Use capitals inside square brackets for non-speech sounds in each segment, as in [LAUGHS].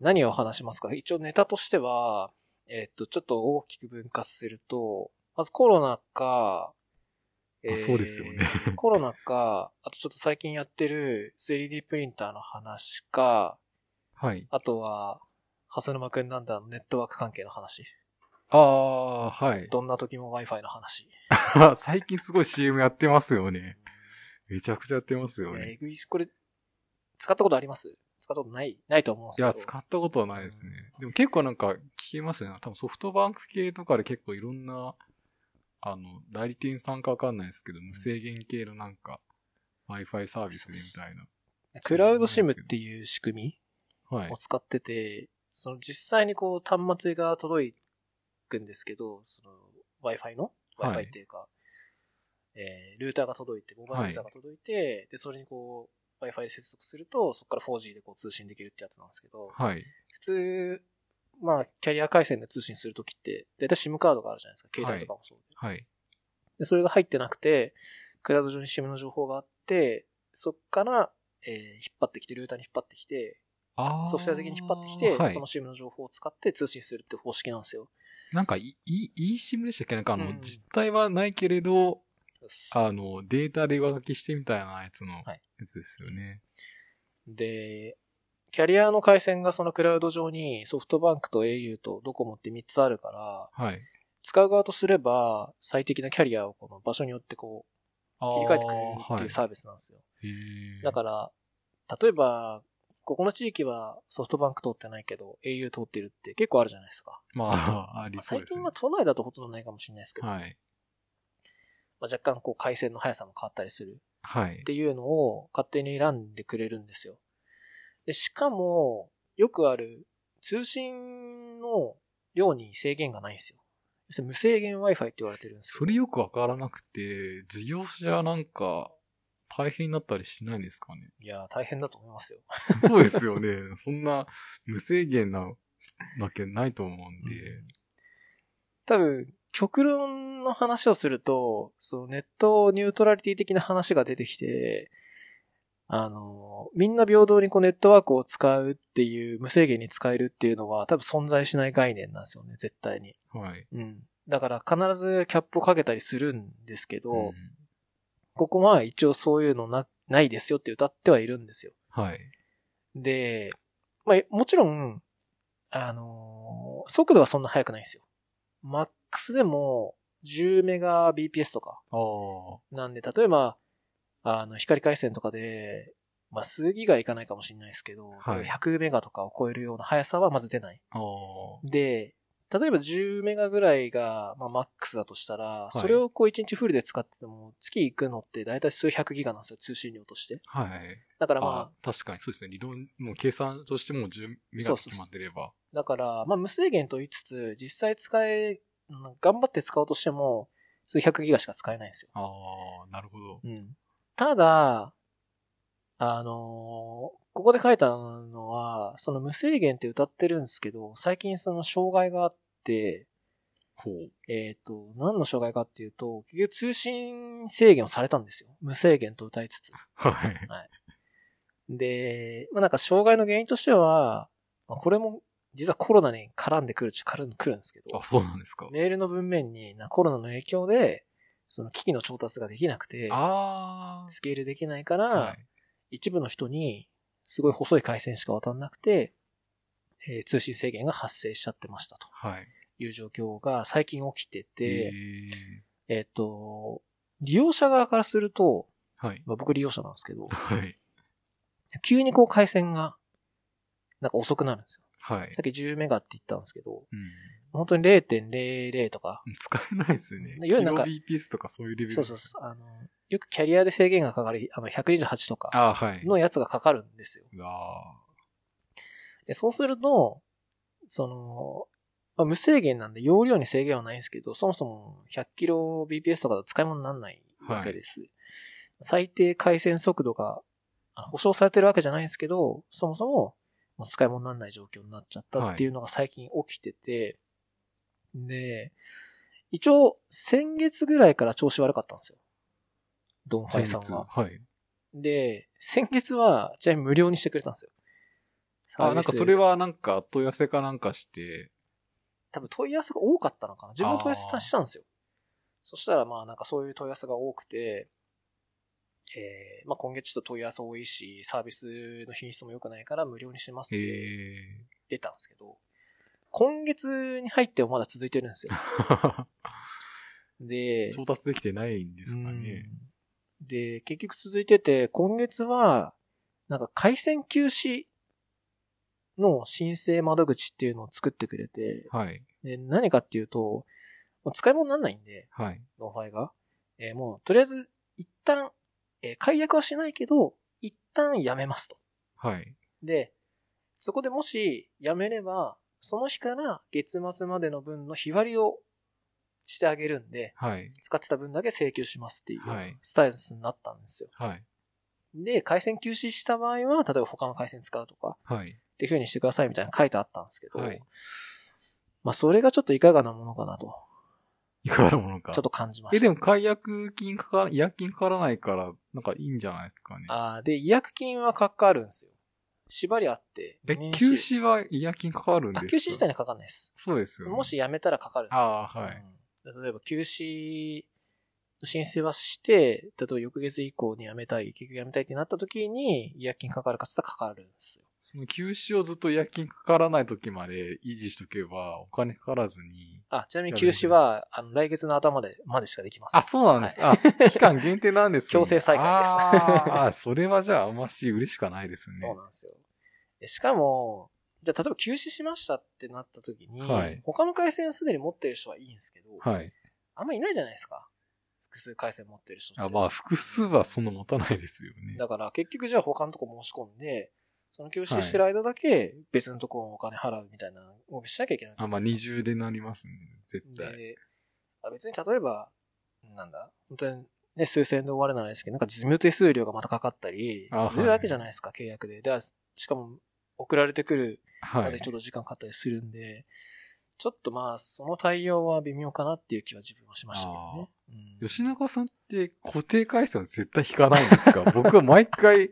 何を話しますか一応ネタとしては、えっと、ちょっと大きく分割すると、まずコロナか、あそうですよね [LAUGHS] コロナか、あとちょっと最近やってる 3D プリンターの話か、はい。あとは、蓮沼くんなんだのネットワーク関係の話。ああ、はい。どんな時も Wi-Fi の話。 [LAUGHS] 最近すごい CM やってますよね。めちゃくちゃやってますよえね。ぐいし、これ、使ったことあります使ったことない、ないと思うんですいけど。や、使ったことはないですね。でも結構なんか聞きますね。多分ソフトバンク系とかで結構いろんな、あの、代理店さんかわかんないですけど、無制限系のなんか、Wi-Fi サービスでみたいな。クラウドシムっていう仕組はみいを。使ってて、その実際にこう端末が届くんですけど、その Wi-Fi のはい ?Wi-Fi っていうか、えールーターが届いて、モバイルルーターが届いて、で、それにこう Wi-Fi で接続すると、そこから 4G でこう通信できるってやつなんですけど、はい。普通、まあ、キャリア回線で通信するときって、だいたい SIM カードがあるじゃないですか。携帯とかもそうで。はい。で、それが入ってなくて、クラウド上に SIM の情報があって、そっから、えー引っ張ってきて、ルーターに引っ張ってきて、あーソフトウェア的に引っ張ってきて、はいその。SIM の情報を使って通信するって方式なんですよ。なんか、いい、いい SIM でしたっけなんかあの、うん実態はないけれど、あの、データで上書きしてみたいなやつの、はいやつですよね。で、キャリアの回線がそのクラウド上にソフトバンクと au とドコモって3つあるから、はい。使う側とすれば最適なキャリアをこの場所によってこあう切りー替えてくれるっていうはサービスなんですよ。い、へーだから、例えば、ここの地域はソフトバンク通ってないけど、au 通ってるって結構あるじゃないですか。まあ、ありそう最ですね近は。都内だとほとんどないかもしれないですけど、はい。まあ、若干こう回線の速さも変わったりするはいっ。ていうのを勝手に選んでくれるんですよ。でしかも、よくある通信の量に制限がないんですよ。要するに無制限 Wi-Fi って言われてるんですよそれよくわからなくて、事業者なんか、大変になったりしないんですかね。 [LAUGHS] いや、大変だと思いますよ。そうですよね。そんな、無制限な、わけないと思うんで。多分、極論の話をすると、そのネットニュートラリティ的な話が出てきて、あの、みんな平等にこうネットワークを使うっていう、無制限に使えるっていうのは多分存在しない概念なんですよね、絶対に。はい。うん。だから必ずキャップをかけたりするんですけど、うんここは一応そういうのな、ないですよって歌ってはいるんですよ。はい。で、まあ、もちろん、あのー速度はそんな速くないんですよ。マックスでも10メガ BPS とか。ああ。なんで、例えば、あの、光回線とかで、まあ、数ギガいかないかもしれないですけど、はい100メガとかを超えるような速さはまず出ない。ああ。で、例えば10メガぐらいが、まあ、マックスだとしたら、いそれをこう1日フルで使ってても、月行くのって大体数百ギガなんですよ、通信量として。はい。だからまああ、確かにそうですね。理論、もう計算としてもう10メそガうとそうそう決まってれば。だから、まあ、無制限と言いつつ、実際使え、うん頑張って使おうとしても、数百ギガしか使えないんですよ。ああ、なるほど。うん。ただ、あのーここで書いたのは、その無制限って歌ってるんですけど、最近その障害があって、ほう。えっ、と、何の障害かっていうと、結局通信制限をされたんですよ。無制限と歌いつつ。はい。で、まあ、なんか障害の原因としては、まあ、これも実はコロナに絡んでくるっちゃ絡んでくるんですけど、あ、そうなんですか。メールの文面になコロナの影響で、その機器の調達ができなくて、あスケールできないかあ。はら、い。一部の人にすごい細い回線しか渡んなくて、えー通信制限が発生しちゃってましたとはい。いう状況が最近起きてえて、えっと、利用者側からすると、ーはい。まあ、僕利用者なんですけど、はい。急にこう回線が、なんか遅くなるんですよ。はいさ。っき10メガって言ったんですけど、うん。本当に0.00とか、使えないですね。いわゆるなんか KBPS とかそういうレベル。そうそうそう、あの、よくキャリアで制限がかかり、あの、128とか、ああ、はい。のやつがかかるんですよ。うわでそうすると、その、まあ、無制限なんで容量に制限はないんですけど、そもそも 100kbps とかだと使い物にならないわけです。最低回線速度があの保証されてるわけじゃないんですけど、そもそもまあ使い物にならない状況になっちゃったっていうのが最近起きてて、で、一応先月ぐらいから調子悪かったんですよ。ドンーファイさ先ん月は。はい。で、先月はちなみに無料にしてくれたんですよ。サービス。あ、なんかそれはなんか問い合わせかなんかして、多分問い合わせが多かったのかな。自分も問い合わせしたんですよ。そしたらまあなんかそういう問い合わせが多くて、えー、まあ今月ちょっと問い合わせ多いし、サービスの品質も良くないから無料にしますえってえ出たんですけど、今月に入ってもまだ続いてるんです [LAUGHS] よ。ー。で、調達できてないんですかね。うんで、結局続いてて、今月は、なんか回線休止の申請窓口っていうのを作ってくれて、はい。で何かっていうと、もう使い物にならないんで、はい。ノンファイが。えーもう、とりあえず、一旦、えー解約はしないけど、一旦やめますと。はい。で、そこでもし、やめれば、その日から月末までの分の日割りをしてあげるんで、はい。使ってた分だけ請求しますっていうはいスタイルになったんですよ。はい。で、回線休止した場合は、例えば他の回線使うとか、はい。っていう風にしてくださいみたいなの書いてあったんですけど、はいまあそれがちょっといかがなものかなと、いかがなものか。ちょっと感じました。え、でも解約金かから、違約金かからないから、なんかいいんじゃないですかね。あーで、違約金はかかるんですよ。縛りあって。え、年始休止は違約金かかるんであすか休止自体にはかかんないです。そうですよ、ね。もし辞めたらかかるんですよ。あーはいうん例えば、休止の申請はして、例えば翌月以降に辞めたい、結局辞めたいってなった時に、違約金かかるかつったらかかるんですよ。その休止をずっと違約金かからない時まで維持しとけば、お金かからずに。あ、ちなみに休止は、あの、来月の頭まで、までしかできません。あ、そうなんです。はあ、期間限定なんです [LAUGHS] ね。強制再開ですあーあ、それはじゃああんまし嬉しかないですね。そうなんですよ。でしかも、じゃあ例えば休止しましたってなった時に、はい他の回線すでに持ってる人はいいんですけど、はい。あんまいないじゃないですか。複数回線持ってる人って。あまあ、複数はそんな持たないですよね。だから結局じゃあ他のとこ申し込んで、その休止してる間だけ別のとこお金払うみたいなをしなきゃいけない。あ、まあ、二重でなりますね。絶対。で、あ別に例えば、なんだ、本当にね、数千円で終わるならですけど、なんか事務手数料がまたかかったり、あ出るわけじゃないですか、契約で。で、しかも送られてくるはまいでち。ょっと時間かかったりするんで、ちょっとまあ、その対応は微妙かなっていう気は自分はしましたけどね。うん吉永さんって固定回線を絶対引かないんで [LAUGHS] すか僕は毎回、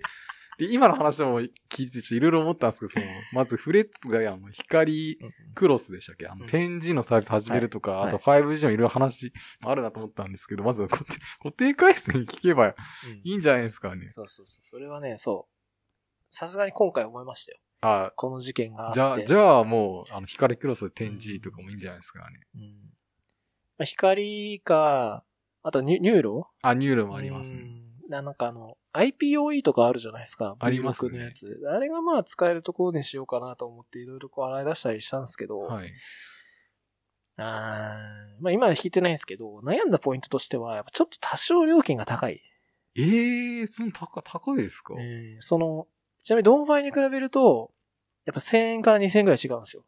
で今の話も聞いてちょいろいろ思ったんですけど、その、まずフレッツがあの光うんうんクロスでしたっけあの、うん 10G のサービス始めるとか、はいあと 5G のいろいろ話あるなと思ったんですけど、まずは固定固定回線聞けばうんいいんじゃないですかね。そうそうそう。それはね、そう。さすがに今回思いましたよ。あ、この事件があって。じゃあ、じゃあもう、あの、光クロスで 10G とかもいいんじゃないですかね。うんまあ、光か、あとニュニューロあ、ニューロもありますね。うんななんかあの、IPOE とかあるじゃないですか。ありますねブロックのやつ。あれがまあ使えるところにしようかなと思っていろいろこう洗い出したりしたんですけど、はい。あーまあ今は引いてないんですけど、悩んだポイントとしては、やっぱちょっと多少料金が高い。ええー、その高、高いですか、えーその、ちなみにドンファイに比べると、やっぱ1000円から2000円ぐらい違うんですよ。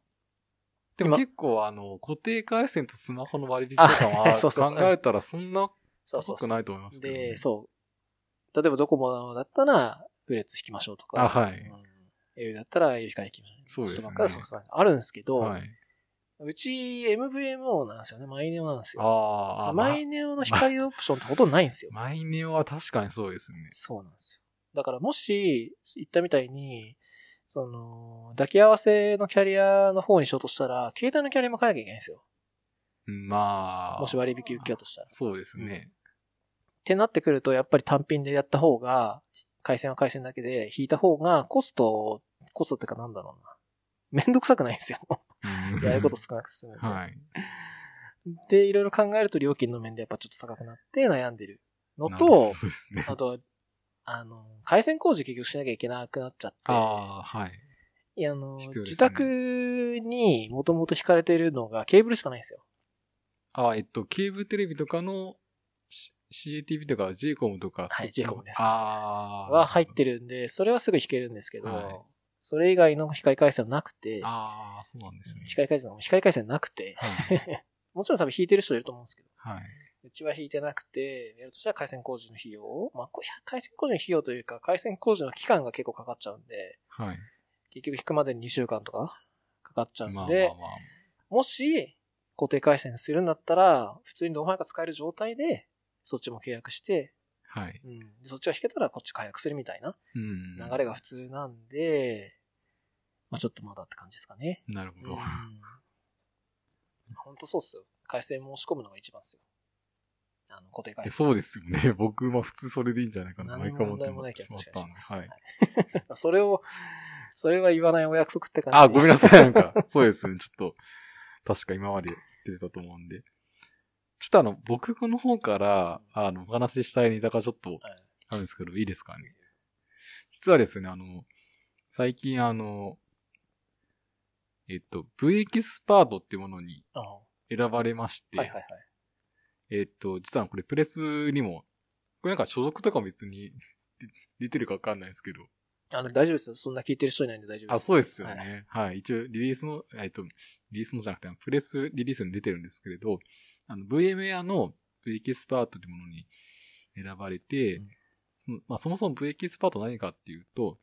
でも今結構あの、固定回線とスマホの割引とか [LAUGHS] あはそうそうそう考えたらそんなそうそ高うそくう。ないと思いますけど、ね。で、そう。例えばドコモだったら、フレッツ引きましょうとか。あはいうん。au だったら、au 光引きましょう。そうですねソフトバンクはソフトバンクあるんですけど、はい。うち MVMO なんですよね。マイネオなんですよ。ああ、マイネオの光オプションってほとんどないんで [LAUGHS] すよ。マイネオは確かにそうですね。そうなんですよ。だからもし、言ったみたいに、その、抱き合わせのキャリアの方にしようとしたら、携帯のキャリアも変えなきゃいけないんですよ。まあ。もし割引受けようとしたら。っそうですね。てなってくると、やっぱり単品でやった方が、回線は回線だけで引いた方が、コスト、コストってかなんだろうな。めんどくさくないんですよ。うん [LAUGHS] やること少なくて済むんで。はい。で、いろいろ考えると料金の面でやっぱちょっと高くなって悩んでるのなるほとど、ですね。あと、あの、回線工事結局しなきゃいけなくなっちゃって、ああ、はい。いやあの、必要ですね自宅にもともと引かれてるのがケーブルしかないんですよ。ああ、えっと、ケーブルテレビとかの C- CATV とか j コムとはか、いそっちの JCOM ですああ。は入ってるんで、それはすぐ引けるんですけど、はいそれ以外の光回線はなくて、ああ、そうなんですね。光回線、光回線なくて、はい。もちろん多分引いてる人いると思うんですけど、はい。うちは引いてなくて、やるとしたら回線工事の費用を、まあ、こ回線工事の費用というか、回線工事の期間が結構かかっちゃうんで、はい。 [LAUGHS] 結局引くまでに2週間とかかかっちゃうんで、まあまあまあ。もし、固定回線するんだったら、普通にドンファイが使える状態で、そっちも契約して、はい。うん、でそっちが引けたらこっち解約するみたいなうん。流れが普通なんで、まあちょっとまだって感じですかね。なるほうんど。。本当そうっすよ。回線申し込むのが一番っすよ。あの、固定回え線。そうですよね。 [LAUGHS] 僕は普通それでいいんじゃないかな。何毎の回思問って題もまないし気がまっ確かたにんで。しまはすい。それを、それは言わないお約束って感じであ、ごめんなさい。なんか、そうですね。ちょっと、確か今まで出てたと思うんで。ちょっとあの、僕の方から、あの、お話ししたいネタがちょっとはいあるんですけど、いいですかね。実はですね、あの、最近あの、えっと、V エキスパートっていうものにあは選ばれましいて、はいはい。えっと、実はこれプレスにも、これなんか所属とかも別に [LAUGHS] 出てるかわかんないですけど、あの、大丈夫ですよ。そんな聞いてる人いないんで大丈夫あ、です。そうですよはいね。はい、一応、リリースの、えっと、リリースのじゃなくて、プレスリリースに出てるんですけれど、あの、VMware の V エキスパートってものに選ばれて、うんまあ、そもそも V エキスパート何かっていうと、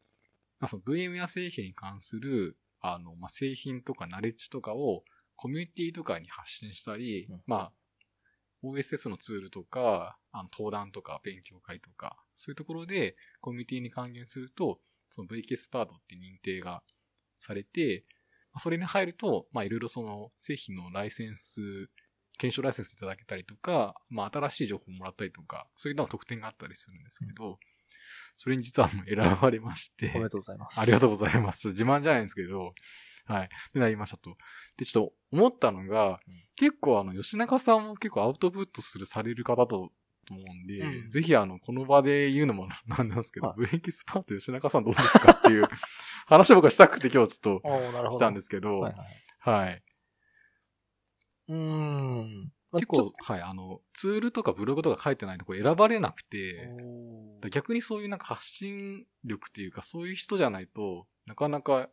まあ、その VMware 製品に関する、あの、まあ、製品とかナレッジとかをコミュニティとかに発信したり、うんまあ、OSS のツールとか、あの登壇とか勉強会とか、そういうところでコミュニティに還元すると、その V エキスパートって認定がされて、まあそれに入ると、まあいろいろその製品のライセンス、検証ライセンスいただけたりとか、まあ新しい情報もらったりとか、そういうのが特典があったりするんですけど、それに実はもう選ばれまして。おめでとうございます。 [LAUGHS] ありがととうございます。ちょっと自慢じゃないんですけど、はい。で、なりましたと。で、ちょっと思ったのが、うん結構あの、吉中さんも結構アウトプットする、される方だと、と思うんで、うんぜひあの、この場で言うのもなん [LAUGHS] なんですけどは、いブレーキスパート吉中さんどうですかっていう話を僕はしたくて今日ちょっう。おーなるほと来ど。たんですけど、ははいい、はい。うーん。まあ結ちょっ構、はい、あの、ツールとかブログとか書いてないとこ選ばれなくとて、おだかーら逆にそういうなんか発信力っていうか、そういう人じゃないと、なかなか、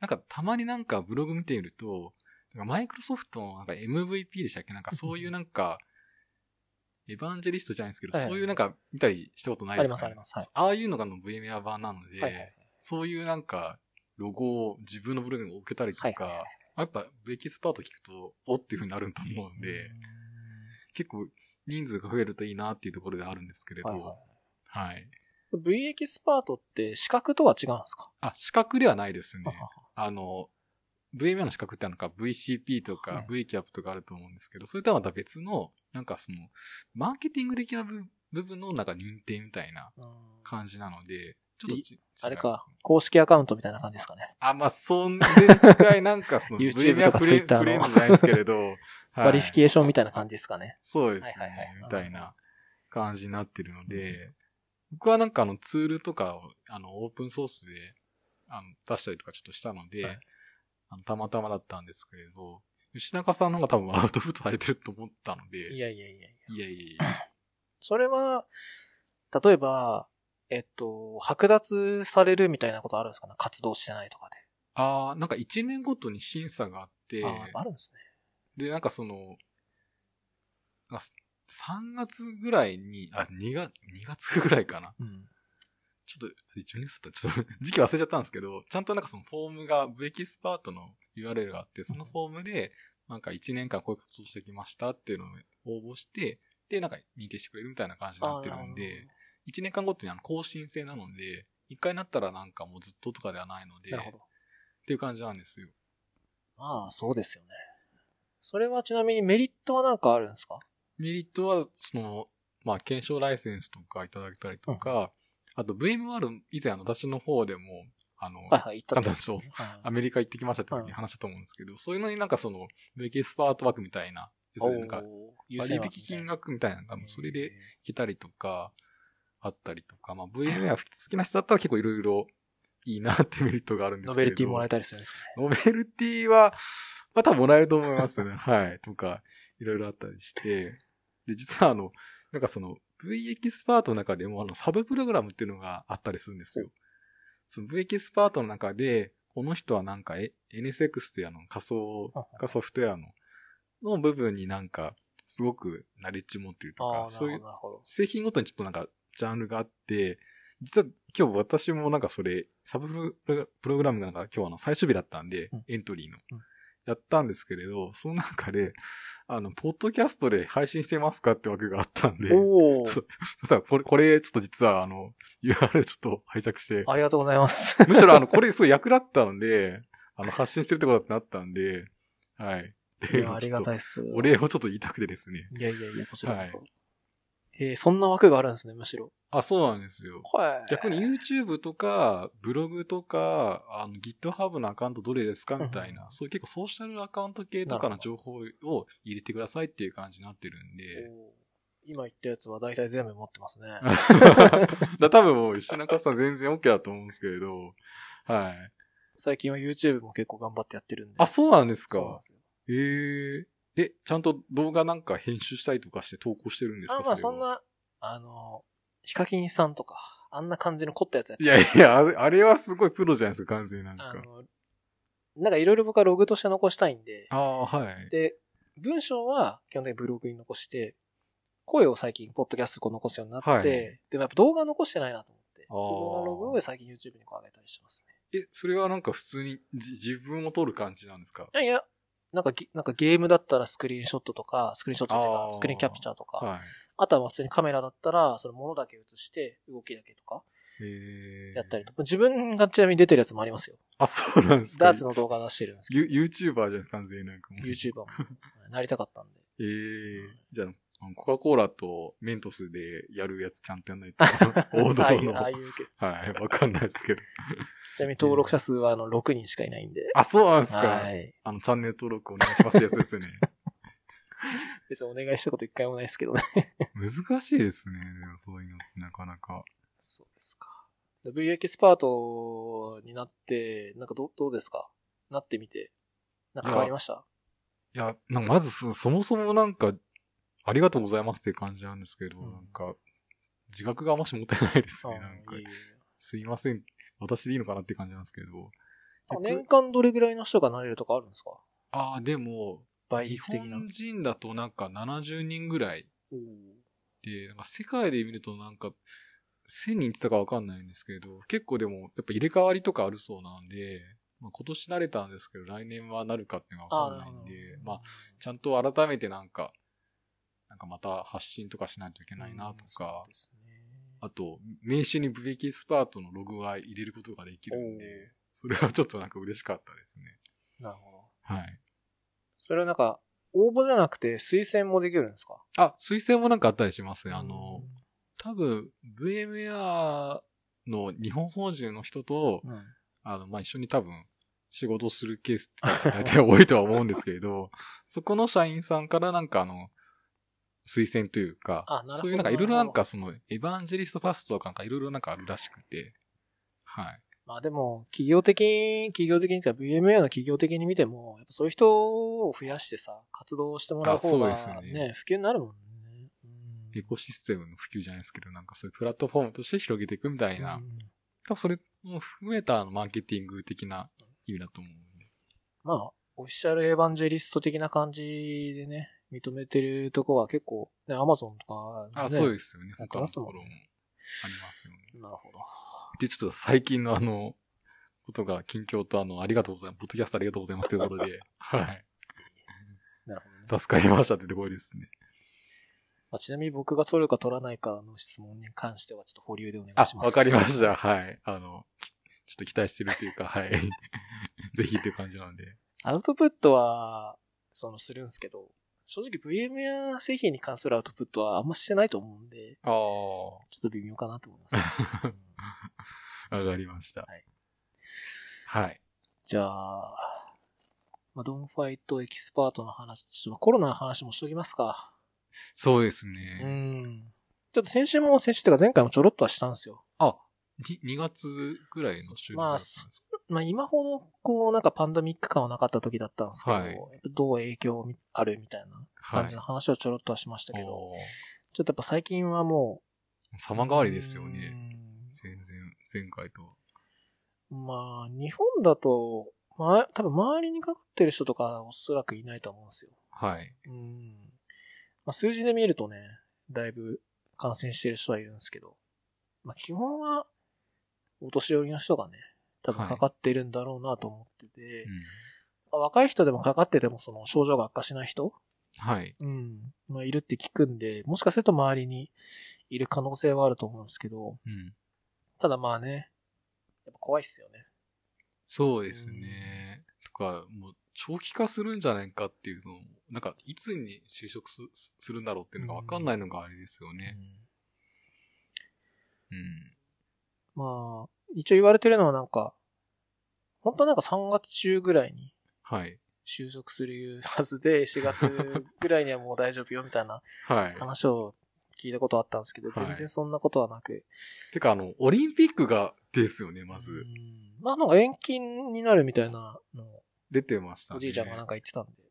なんかたまになんかブログ見てみると、なんかマイクロソフトのなんか MVP でしたっけなんかそ [LAUGHS] ういうなんか、エヴァンジェリストじゃないんですけど、はいはいそういうなんか見たりしたことないありですまかすあります。はい。ああいうのがあの VMware 版なので、はいはいそういうなんか、ロゴを自分のブログに置けたりとか、はいはいはいやっぱ、ブエキスパート聞くと、おっていう風になると思うんで、う結構人数が増えるといいなっていうところであるんですけれど、ーんはいはいはい。 V エキスパートって資格とは違うんですかあ、資格ではないですね。ああの、VMA の資格ってなんか VCP とはかい VCAP とかあると思うんですけど、それとはまた別の、なんかその、マーケティング的な部部分のなんか認定みたいなうーん感じなので、ちょっとちあれ。違いまかすね、公式アカウントみたいな感じですかね。あ、まあ、そんで近いなんかその YouTube とか VMA プレイ Twitter のプレイなんじゃないですけれ [LAUGHS] ど、はいバリフィケーションみたいな感じですかね。そうですね、はいはいはいみたいな感じになってるので、僕はなんかあのツールとかをあのオープンソースであの出したりとかちょっとしたので、はいあのたまたまだったんですけれど、吉中さんの方が多分アウトプットされてると思ったので、いやいやいやいや。いやいやいや。それは、例えば、えっと、剥奪されるみたいなことあるんですかね活動してないとかああ、なんか1年ごとに審査があってで。、ああ、あるんですね。で、なんかその、なんか3月ぐらいに、あ、2月、2月ぐらいかな。うん。ちょっと、12月だったちょっと [LAUGHS] 時期忘れちゃったんですけど、ちゃんとなんかそのフォームが、ブエキスパートの URL があって、そのフォームで、なんか1年間こういう活動してきましたっていうのを応募して、で、なんか認定してくれるみたいな感じになってるんで、1年間ごとにあの更新制なので、1回なったらなんかもうずっととかではないので、なるほっど。ていう感じなんですよ。まあ、そうですよね。それはちなみにメリットはなんかあるんですかメリットは、その、まあ、検証ライセンスとかいただけたりとか、あと VMR 以前あの私の方でも、あの、はいはい、行ったってこと簡単にですねはいアメリカ行ってきましたって時に話したと思うんですけど、そういうのになんかその、エキスパート枠みたいな、要するになんか、おー割引金額みたいなのが、もうそれで、行けたりとか、あったりとか、まあ VMA は好きな人だったら結構いろいろいいなってメリットがあるんですけど。ノベルティもらえたりするんですかね。ノベルティは、まあ多分もらえると思いますね。 [LAUGHS] はい。とか、いろいろあったりして。で、実はあの、なんかその、V エキスパートの中でも、あの、サブプログラムっていうのがあったりするんですよ。その V エキスパートの中で、この人はなんか、え NSX っていうあの、仮想あ、仮想ソフトウェアの、の部分になんか、すごくナレッジ持ってるとあかあ、、そういうなるほど。製品ごとにちょっとなんか、ジャンルがあって、実は今日私もなんかそれ、サブプロプログラムがなんか今日あの最終日だったんで、うんエントリーのうん。やったんですけれど、その中で、あの、ポッドキャストで配信してますかって枠があったんで、おおちょっそしたらこれ、これちょっと実はあの、URL ちょっと拝借して、ありがとうございます。むしろあの、これすごい役立ったので、あの、発信してるってことだってなったんで、はい。 [LAUGHS] いや、ありがたい。いっす。お礼をちょっと言いたくてですね。いやいやいや、こちらこそ。はえーそんな枠があるんですね、むしろ。あ、そうなんですよ。はい。逆に YouTube とか、ブログとか、あの GitHub のアカウントどれですかみたいな、そういう結構ソーシャルアカウント系とかの情報を入れてくださいっていう感じになってるんで。おー今言ったやつは大体全部持ってますね。 [LAUGHS] だ多分もう石中さん全然 OK だと思うんですけれど。はい。最近は YouTube も結構頑張ってやってるんで。あ、そうなんですそうなんかで。すよ。えええ、ちゃんと動画なんか編集したりとかして投稿してるんですかあ、まあそんれはな、あの、ヒカキンさんとか、あんな感じの凝ったやつやっていやいや、あれあれはすごいプロじゃないですか、完全になんあか。の、なんかいろいろ僕はログとして残したいんで、ああ、はい。で、文章は基本的にブログに残して、声を最近、ポッドキャストこう残すようになって、はいでもやっぱ動画残してないなと思って、あー動画のログを最近 YouTube にこう上げたりしてますえ、それはなんか普通にじ自分を撮る感じなんですかね。いやいや、なんかゲなんかゲームだったらスクリーンショットとか、スクリーンショットっていうかあ、ースクリーンキャプチャーとか、はい。あとは普通にカメラだったら、そのものだけ映して、動きだけとか、ええやったりとか、自分がちなみに出てるやつもありますよ。あ、そうなんですか。ダーツの動画出してるんですけど、ユ YouTuber じゃん、完全になんかもう。 YouTuber も [LAUGHS] なりたかったんで。ええじゃあ、あのコカ・コーラとメントスでやるやつちゃんとや [LAUGHS] んないと。王ああい道う、の。ああ、はいう系い、わかんないですけど。ちなみに登録者数はあの6人しかいないんで。あ、そうなんですか。はい。あの、チャンネル登録お願いしますってやつです [LAUGHS] よね。別にお願いしたこと一回もないですけどね。 [LAUGHS] 難しいですね。でもそういうのってなかなか。そうですか。V エキスパートになって、なんかどどうですかなってみて。なんか変わりましたいや、なんかまずそ、そもそもなんか、ありがとうございますっていう感じなんですけど、うんなんか、自覚があんまし持てないですあね。なんかいえいえ、すいません。私でいいのかなっていう感じなんですけど。あ年間どれぐらいの人がなれるとかあるんですかああ、でも、倍日率的な。本人だとなんか70人ぐらいおーで、なんか世界で見るとなんか、1000人言ってたかわかんないんですけど、結構でも、やっぱ入れ替わりとかあるそうなんで、まあ、今年慣れたんですけど、来年はなるかっていうのがわかんないんで、まあ、ちゃんと改めてなんか、なんかまた発信とかしないといけゃないなとか、ああと、名刺にブレーキエキスパートのログは入れることができるんおで、それはちょっとなんか嬉しかったですね。なるほど。はい。それはなんか、応募じゃなくて推薦もできるんですかあ、推薦もなんかあったりしますね。あの、、多分、VMR の日本法人の人と、うん。あの、まあ、一緒に多分、仕事をするケースって大体多いとは思うんですけ [LAUGHS] れど、そこの社員さんからなんかあの、推薦というかあなるほど、そういうなんかいろいろなんかその、エヴァンジェリストファストとかなんかいろいろなんかあるらしくて、はい。まあでも、企業的に、企業的にか、VMA の企業的に見ても、やっぱそういう人を増やしてさ、活動してもらう方があそうですね、よね普及になるもんね。うんエコシステムの普及じゃないですけど、なんかそういうプラットフォームとして広げていくみたいな、うん多分それも含めたあのマーケティング的な意味だと思うんで。まあ、オフィシャルエヴァンジェリスト的な感じでね、認めてるとこは結構、ね、アマゾンとか、ね。あ、そううですよね。やって他のますともんころもありますよね。なるほど。で、ちょっと最近のあの、ことが、近況とあの、ありがとうございます。ポッドキャストありがとうございますというところ [LAUGHS] で、はい。なるほどね。助かりましたってところですね。まあ、ちなみに僕が取るか取らないかの質問に関してはちょっと保留でお願あいし、ます。わかりましいた。はい。あの、ちょっと期待してるというか、はい。 [LAUGHS] ぜひっていう感じなんで。アウトプットは、その、するんですけど、正直 VM や製品に関するアウトプットはあんましてないと思うんで、あちょっと微妙かなと思います。 [LAUGHS] うんあ。わかりました。はい。はい。じゃあ、まあ、ドンファイトエキスパートの話、ちょっとコロナの話もしときますか。そうですうね。ん。ちょっと先週も、先週というか前回もちょろっとはしたんですよ。あ、に2月ぐらいの収録だったんですかまあ今ほど、こう、なんかパンダミック感はなかった時だったんですけど、はいやっぱどう影響あるみたいな感はじいの。話をちょろっとはしましたけど、おーちょっとやっぱ最近はも様う、変わりですよね。うん全然、前回とは。まあ、日本だと、まあ、多分周りにかかってる人とかおそらくいないと思うんですよ。はい。うん。まあ、数字で見るとね、だいぶ感染してる人はいるんですけど、まあ、基本は、お年寄りの人がね、多分かかってるんだろうなと思ってて、うんまあ若い人でもかかっててもその症状が悪化しない人はい。うん。まあ、いるって聞くんで、もしかすると周りにいる可能性はあると思うんですけど、うん。ただまあね、やっぱ怖いっすよね。そうですね。がもう長期化するんじゃないかっていう、その、なんか、いつに就職すするんだろうっていうのが分かんないのがあれですよね。うん。まあ、一応言われてるのはなんか、本当はなんか3月中ぐらいにはい。収束するはず [LAUGHS] で、4月ぐらいにはもう大丈夫よみたいなはい。話を聞いたことあったんですけど、はい全然そんなことはなく。てか、あの、オリンピックがですよね、まうず。んまあなんか延期になるみたいなのを出てましたね。おじいちゃんがなんか言ってたんで。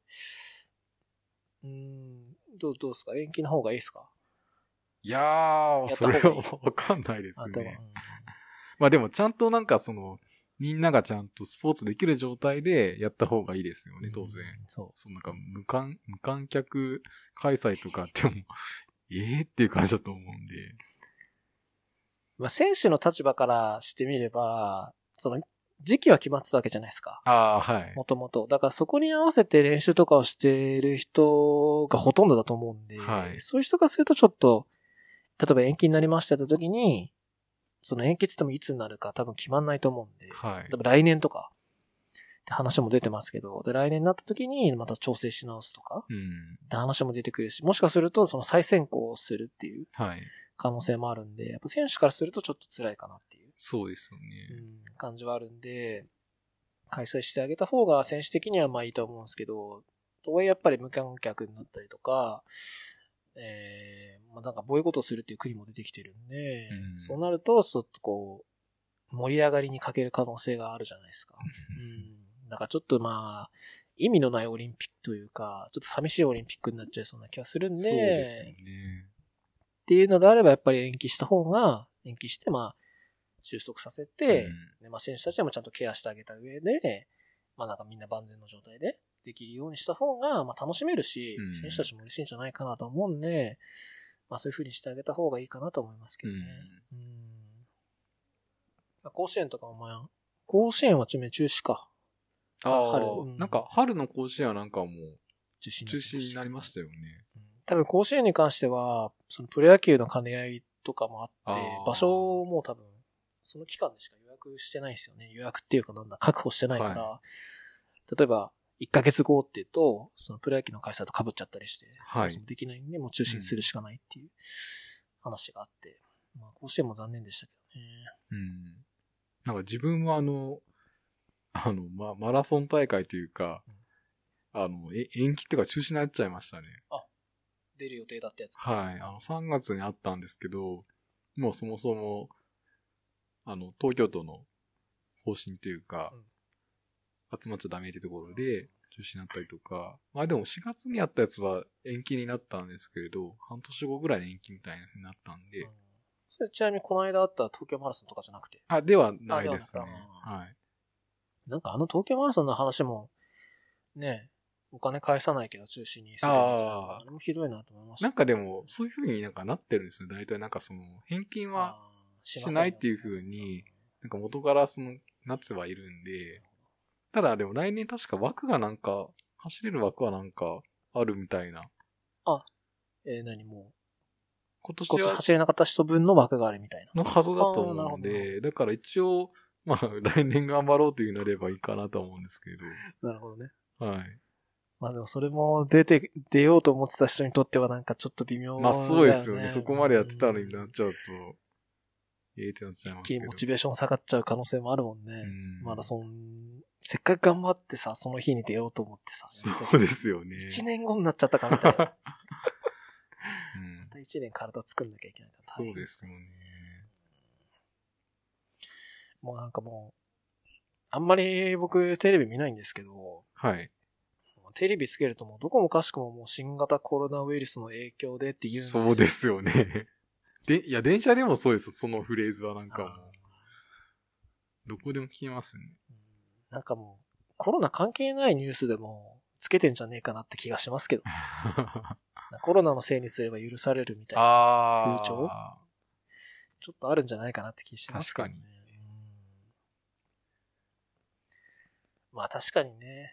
うん、どう、どうですか延期の方がいいですかいやー、やったそ方がいれいは分かんないですあとは、ね。まあでも、ちゃんとなんかその、みんながちゃんとスポーツできる状態でやった方がいいですようねん、当然。。そそう、なんか無観、無観客開催とかっても、 [LAUGHS] ええっていう感じだと思うんで。う。まあ選手の立場からしてみれば、その、時期は決まってたわけじゃないですか。ああ、はい。もともと。だからそこに合わせて練習とかをしてる人がほとんどだと思うんで、はいそういう人がするとちょっと、例えば延期になりましたって時に、その延期って言ってもいつになるか多分決まんないと思うんで、はい多。分来年とか、って話も出てますけど、で、来年になった時にまた調整し直すとか、うん。って話も出てくるし、もしかするとその再選考をするっていうはい。可能性もあるんで、やっぱ選手からするとちょっと辛いかなっていう。そうですようね。ん感じはあるんで、開催してあげた方が選手的にはまあいいと思うんですけど、とはいえやっぱり無観客になったりとか、えー、まあなんかボイコットするっていう国も出てきてるんで、うんそうなると、ちょっとこう、盛り上がりに欠ける可能性があるじゃないですか。うん。だからちょっとまあ、意味のないオリンピックというか、ちょっと寂しいオリンピックになっちゃいそうな気がするんで、そうですよね。っていうのであればやっぱり延期した方が、延期してまあ、収束させて、うんで、まあ、選手たちでもちゃんとケアしてあげた上で、まあ、なんかみんな万全の状態でできるようにした方が、まあ、楽しめるし、うん選手たちも嬉しいんじゃないかなと思うんで、まあ、そういう風にしてあげた方がいいかなと思いますけどね。うん。まあ甲子園とかもまあ、甲子園は中止か。ああ春うん、なんか春の甲子園はなんかも中止うに中なって止になりまたしたよね。うん多分甲子園に関しては、そのプロ野球の兼ね合いとかもあってあー、場所をもう多分、その期間でしか予約してないですよね。予約っていうかなんだ、確保してないから、例えば、1ヶ月後って言うと、そのプロ野球の開催と被っちゃったりして、はいそうできないんで、もう中止にするしかないっていう話があって、まあ甲子園も残念でしたけどね。うん。なんか自分はあの、あの、ま、マラソン大会というか、あの、え延期っていうか中止になっちゃいましたね。出る予定だったやつ。はい。あの、3月にあったんですけど、もうそもそも、あの、東京都の方針というか、集まっちゃダメってところで、中止になったりとか、まあでも4月にあったやつは延期になったんですけれど、半年後ぐらいに延期みたいな風になったんうんで、それちなみにこの間あった東京マラソンとかじゃなくて、あ、ではないですね。あではなかったはい。なんかあの東京マラソンの話も、ねえ、お金返さないけど中止にするみたいな。ああれもひどいなと思いました。なんかでも、そういう風になんかなってるんですよ。大体なんかその、返金は、あー、しないっていう風になんか元からその、なってはいるんで、ただでも来年確か枠がなんか、走れる枠はなんか、あるみたいな。うん。えー何も今う、年こそは、走れなかった人分の枠があるみたいな。のはずだと思うんあーなるで、だから一応、まあ、 [LAUGHS] 来年頑張ろうというなればいいかなとは思うんですけなるほどね。ど。はい。まあでもそれも出て、出ようと思ってた人にとってはなんかちょっと微妙まあ、そうですよね。だそこまでやってたのになっうんちゃうと、ええってなっちゃい一ます気けにど。モチベーション下がっちゃう可能性もあるもんね。うんまだそん、せっかく頑張ってさ、その日に出ようと思ってさ。そうですよね。 1年後になっちゃったかみたいな。うんまた1年体作んなきゃいけないから。そうですよね。もうなんかもう、あんまり僕テレビ見ないんですけど、はい。テレビつけるともうどこもかしくももう新型コロナウイルスの影響でっていうんそうですすよね。で、いや、電車でもそうです。そのフレーズはなんよかもあーう、どこでも聞けますね。うんなんかもう、コロナ関係ないニュースでもつけてんじゃねえかなって気がしますけど、コロナのせいにすれば許されるみたいな、あ風潮あ。ちょっとあるんじゃないかなって気してますけどね。確うんまあ確かにね、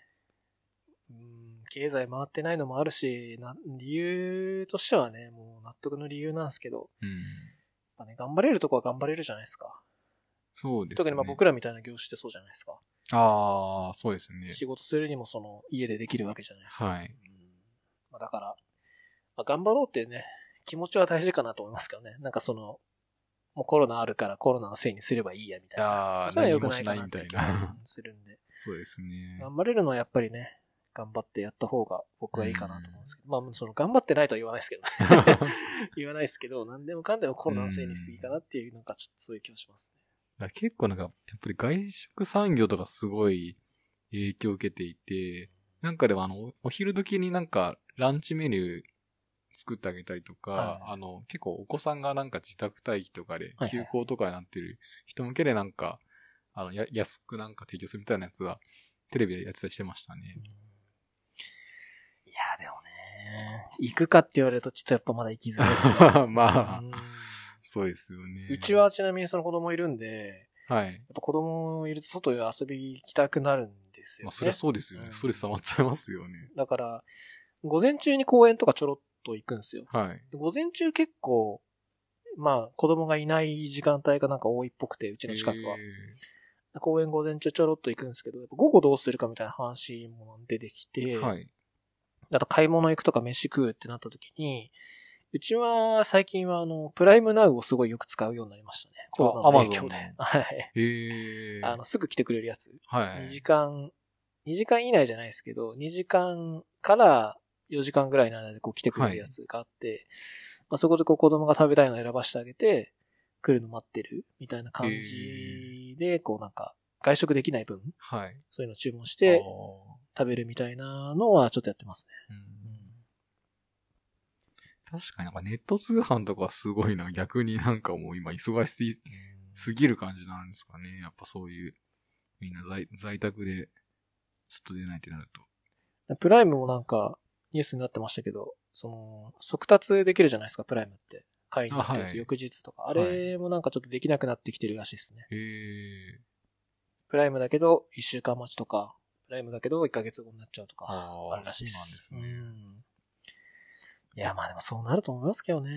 うん、経済回ってないのもあるし、な理由としてはね、もう納得の理由なんですけど、うん。まあね、頑張れるとこは頑張れるじゃないですか。そうですね。特にまあ僕らみたいな業種ってそうじゃないですか。ああ、そうですね。仕事するにもその家でできるわけじゃない。はい。うんまあだから、まあ頑張ろうっていうね、気持ちは大事かなと思いますけどね。なんかその、もうコロナあるからコロナのせいにすればいいやみたいな。ああ、それは何良くもなしいかないなっみたてい気がな。するんで。そうですね。頑張れるのはやっぱりね、頑張ってやった方が僕はいいかなと思うんですけど。まあ、その頑張ってないとは言わないですけど [LAUGHS] ね。言わないですけど、何でもかんでもコロナのせいにすぎかなっていう、なんかちょっとそういう気がしますね。だから結構なんか、やっぱり外食産業とかすごい影響を受けていて、なんかでもあの、おお昼時になんかランチメニュー作ってあげたりとか、はいあの、結構お子さんがなんか自宅待機とかではい休校とかになってる人向けでなんか、あの、や安くなんか提供するみたいなやつは、テレビでやってたりしてましたね。いや、でもね、行くかって言われるとちょっとやっぱまだ行きづらい [LAUGHS] ですね。まあ、うんそうですよね。うちはちなみにその子供いるんで、はい。やっぱ子供いると外へ遊び行きたくなるんですよまあ、ね。そりゃそうですよね。うんストレス溜まっちゃいますよね。だから、午前中に公園とかちょろっと行くんですよ。はい。午前中結構、まあ子供がいない時間帯がなんか多いっぽくて、うちの近くはえ。公園午前中ちょろっと行くんですけど、やっぱ午後どうするかみたいな話も出てきて、ーはい。あと買い物行くとか飯食うってなった時に、うちは最近はあの、プライムナウをすごいよく使うようになりましたね。コロナの影響で Amazon。のはい。ええあの、すぐ来てくれるやつ。はい。 2時間、2時間以内じゃないですけど、2時間から4時間ぐらいの間でこう来てくれるやつがあって、まあ、そこでこう子供が食べたいのを選ばしてあげて、来るの待ってるみたいな感じで、こうなんか、外食できない分、はい。そういうのを注文しあてー食べるみたいなのはちょっとやってますうん確かになんかネット通販とかはすごいな。逆になんかもう今忙しね。すぎる感じなんですかね。やっぱそういう、みんな在在宅で、ちょっと出ないってなると。プライムもなんか、ニュースになってましたけど、その、速達できるじゃないですか、プライムって。会員になってるあはとい翌日とか。あ,、はいれもなんかちょっとできなくなってきてるらしいですね。へえ。プライムだけど、1週間待ちとか、プライムだけど、1ヶ月後になっちゃうとか、ああるあ、らしいうそで。なんですすね。んいや、まあでもそうなると思いますけどね。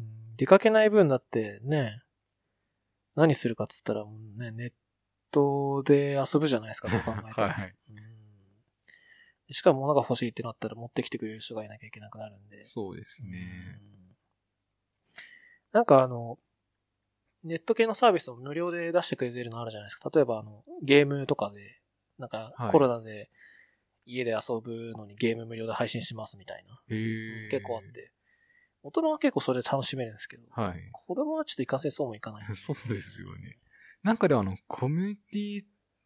うん出かけない分だってね、何するかっつったらもうね、ネットで遊ぶじゃないですか、どう考えたら。 [LAUGHS] はい。うんしかも物が欲しいってなったら持ってきてくれる人がいなきゃいけなくなるんで。そうですね。うんなんかあの、ネット系のサービスを無料で出してくれてるのあるじゃないですか。例えばあの、ゲームとかで、なんかはいコロナで家で遊ぶのにゲーム無料で配信しますみたいな。へえ。結構あって。大人は結構それで楽しめるんですけど、はい。子供はちょっといかんせんそうもいかない。 [LAUGHS] そうですよね。なんかでもあの、コミュニティ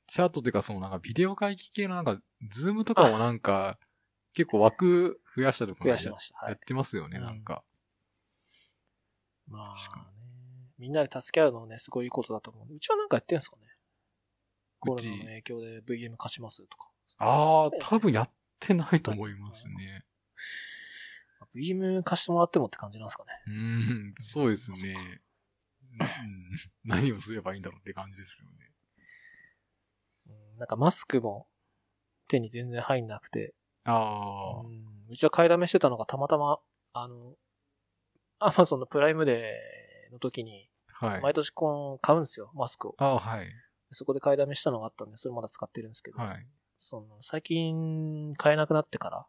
チャートというか、そのなんかビデオ会議系のなんか、ズームとかもなんか、結構枠増やしたとか増ややしてました。はやいっ。てますよね、うんなんか。まあ確ね。かみんなで助け合うのね、すごいいいことだと思う。うちはなんかやってんすかねコロうちナの影響で VM 貸しますとか。ああ、多分やってないと思いますね。 VM 貸してもらってもって感じなんですかね。うん、そうですそっねか。うん何をすればいいんだろうって感じですよね。うんなんかマスクも手に全然入んなくて、ああ、うんうちは買いだめしてたのがたまたま、あの、アマゾンのプライムデーの時に、はい。毎年こう買うんですよ、マスクを。ああ、はい。そこで買いだめしたのがあったんで、それまだ使ってるんですけど、はい。その最近買えなくなってから、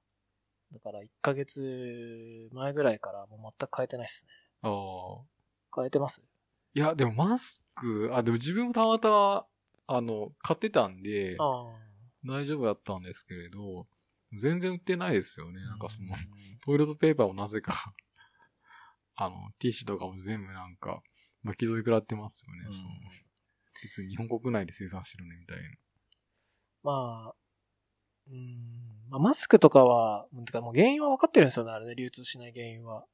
だから1ヶ月前ぐらいからもう全く変えてないですね。ああ。変えてますいや、でもマスク、あ、でも自分もたまたま、あの、買ってたんで、ああ。大丈夫だったんですけれど、全然売ってないですよね。なんかそのう、トイレットペーパーをなぜか、 [LAUGHS] あの、ティッシュとかも全部なんか、巻き添え食らってますよね。うんその別に日本国内で生産してるね、みたいな。まあ、うん、まあ、マスクとかは、うんてかもう原因は分かってるんですよね、あれね、流通しない原因は。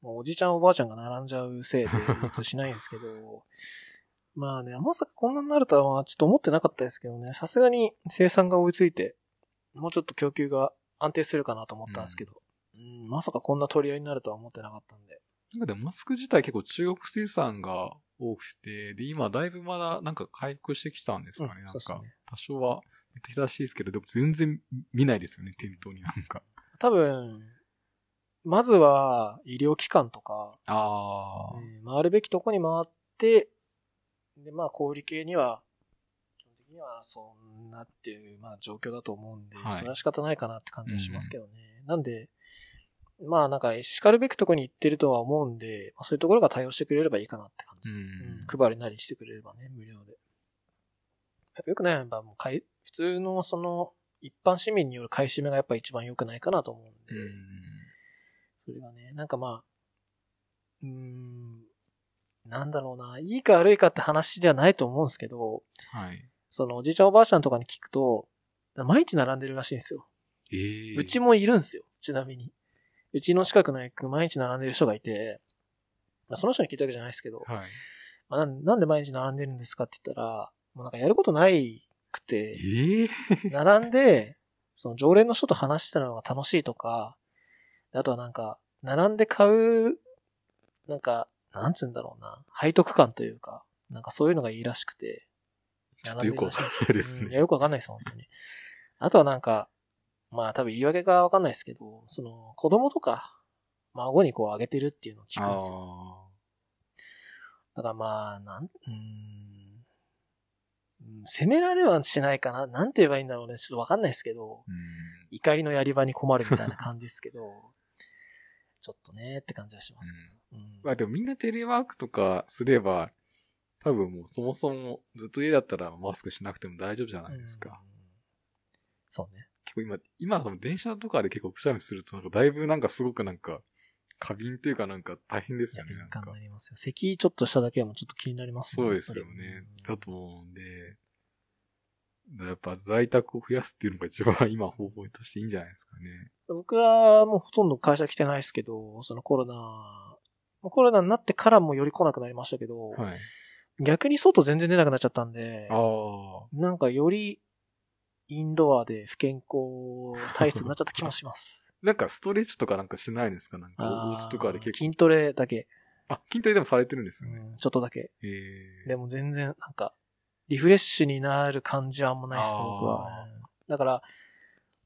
もうおじいちゃんおばあちゃんが並んじゃうせいで流通しないんですけど、 [LAUGHS] まあね、まさかこんなになるとはちょっと思ってなかったですけどね、さすがに生産が追いついて、もうちょっと供給が安定するかなと思ったんですけど、うんまさかこんな取り合いになるとは思ってなかったんで。なんかでもマスク自体結構中国生産が多くて、で、今だいぶまだなんか回復してきたんですかね。うんなんそうっすかね、多少は出てきたらしいですけど、でも全然見ないですよね、店頭になんか。多分、まずは医療機関とか、あうん回るべきとこに回って、で、まあ、小売り系には、基本的にはそんなっていう、まあ、状況だと思うんで、はいそれは仕方ないかなって感じはしますけどね。なんで、まあなんか、しかるべきところに行ってるとは思うんで、まあ、そういうところが対応してくれればいいかなって感うじ。うんん。配りなりしてくれればね、無料で。よくないのはやっぱもう買い、普通のその、一般市民による買い占めがやっぱ一番良くないかなと思うんで、それがね、なんかまあ、うーん、なんだろうな、いいか悪いかって話じゃないと思うんですけど、はい。そのおじいちゃんおばあちゃんとかに聞くと、毎日並んでるらしいんですよ。ええうちもいるんですよ、ちなみに。うちの近くの駅、毎日並んでる人がいて、まあ、その人に聞いたわけじゃないですけど、はい。まあなんなんで毎日並んでるんですかって言ったら、もうなんかやることないくて、ええ [LAUGHS] 並んで、その常連の人と話してたのが楽しいとか、あとはなんか、並んで買う、なんか、なんつうんだろうな、背徳感というか、なんかそういうのがいいらしくて。ちょっとよくわかんないですうんいね。や、よくわかんないです、本当に。あとはなんか、まあ多分言い訳がわかんないですけど、その、子供とか、孫にこうあげてるっていうのを聞くんあですよ。あ。だからまあ、なん、うーん。うん責められはしないかな。なんて言えばいいんだろうね。ちょっとわかんないですけど、うん。怒りのやり場に困るみたいな感じですけど、 [LAUGHS] ちょっとねって感じはしますけど。うんまあでもみんなテレワークとかすれば、多分もうそもそもずっと家だったらマスクしなくても大丈夫じゃないですか。うんそうね。結構今、今多分電車とかで結構くしゃみすると、なんかだいぶなんかすごくなんか、過敏というかなんか大変ですいや、よね。敏なん感かにな。りますよ。咳ちょっとしただけでもちょっと気になりますそうですよやっね。ぱりだと思うんで、やっぱ在宅を増やすっていうのが一番今方法としていいんじゃないですかね。僕はもうほとんど会社来てないですけど、そのコロナ、コロナになってからもより来なくなりましたけど、はい。逆に外全然出なくなっちゃったんであ、あ。なんかよりインドアで不健康体質になっちゃった気もします。なんかストレッチとかなんかしないんですかなんか [LAUGHS] おあ家ーとかで結構。筋トレだけ、あ、筋トレでもされてるんですうよね。ん、ちょっとだけ。ええでも全然なんか、リフレッシュになる感じはあんまないですね、あー僕は。うんだから、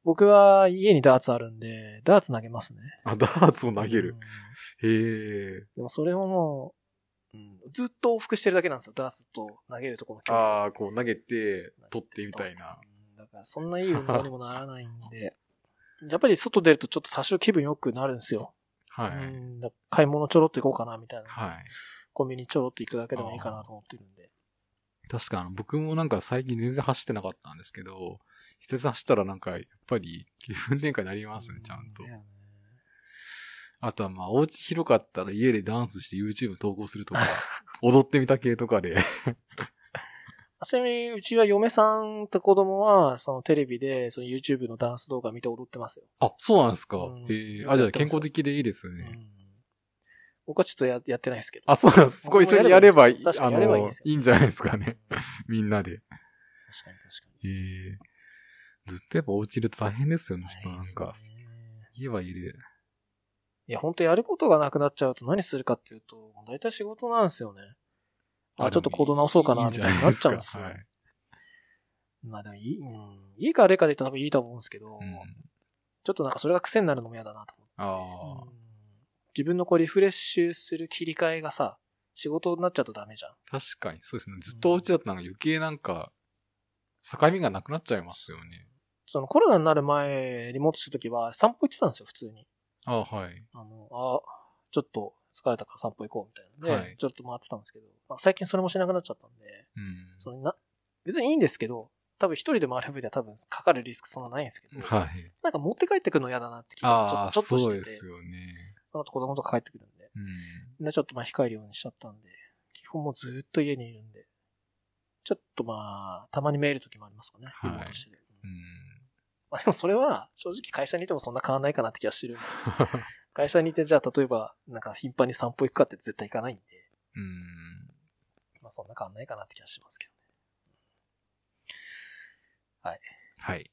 僕は家にダーツあるんで、ダーツ投げますね。あ、ダーツを投げうるん。。へえ。でもそれももう、うん、ずっと往復してるだけなんですよ、ダーツと投げるとこの距離ああ、こう投げて、取ってみたいな。。うんだから、そんないい運動にもならないんで、 [LAUGHS] やっぱり外出るとちょっと多少気分良くなるんですよ。はうい。んだから買い物ちょろっと行こうかな、みたいな。はい。コンビニちょろっと行くだけでもいいかなと思ってるんで。確かあの、僕もなんか最近全然走ってなかったんですけど、久々走ったらなんか、やっぱり気分転換になりますね、ちゃんとう。だよねあとはまあ、お家広かったら家でダンスして YouTube 投稿す [LAUGHS] るとか、踊ってみた系とかで。あちなみに、うちは嫁さんと子供は、そのテレビで、その YouTube のダンス動画見て踊ってますよ。あ、そうなんですか。うんへえ。あ、じゃあ健康的でいいですうね。ん、僕はちょっとややってないですけど。あ、そうなんです。そこ一緒にやればいい、確かあにやればいいのです、よいいんじゃないですか [LAUGHS] ね。うんみんなで。確かに確かに。へえ。ずっとやっぱお家いると大変ですよね、ちょっとなん大か。変ですね家は家で。いや、本当やることがなくなっちゃうと何するかっていうと、大体仕事なんですよね。あ、ちょっと行動直そうかな、みたいになっちゃうんですよ。はい。まあでもいい、うん、いいか悪いかで言ったら多分いいと思うんですけど、うん。ちょっとなんかそれが癖になるのも嫌だなと思って。ああう、ん自分のこうリフレッシュする切り替えがさ、仕事になっちゃうとダメじゃん。確かにそうですね。ずっとお家だとなんか余計なんか、境目がなくなっちゃいますよね。そのコロナになる前、リモートした時は散歩行ってたんですよ、普通に。ああ、はい。あの、あ、ちょっと疲れたから散歩行こうみたいなので、はいちょっと回ってたんですけど、まあ、最近それもしなくなっちゃったんで、うん。そのな、別にいいんですけど、多分一人で回る分では多分かかるリスクそんなないんですけど、はい。なんか持って帰ってくるの嫌だなって気あがあ、ちょっとちょっそうとしてでて、すよね。その後子供とか帰ってくるんで、うん。でちょっとまあ控えるようにしちゃったんで、基本もうずっと家にいるんで、ちょっとまあ、たまにメール時もありますかね、はいリモートしててううんん。まあでもそれは正直会社にいてもそんな変わんないかなって気がして [LAUGHS] るんで会社にいてじゃあ例えばなんか頻繁に散歩行くかって絶対行かないんで、うん。まあそんな変わんないかなって気がしますけどね。はい。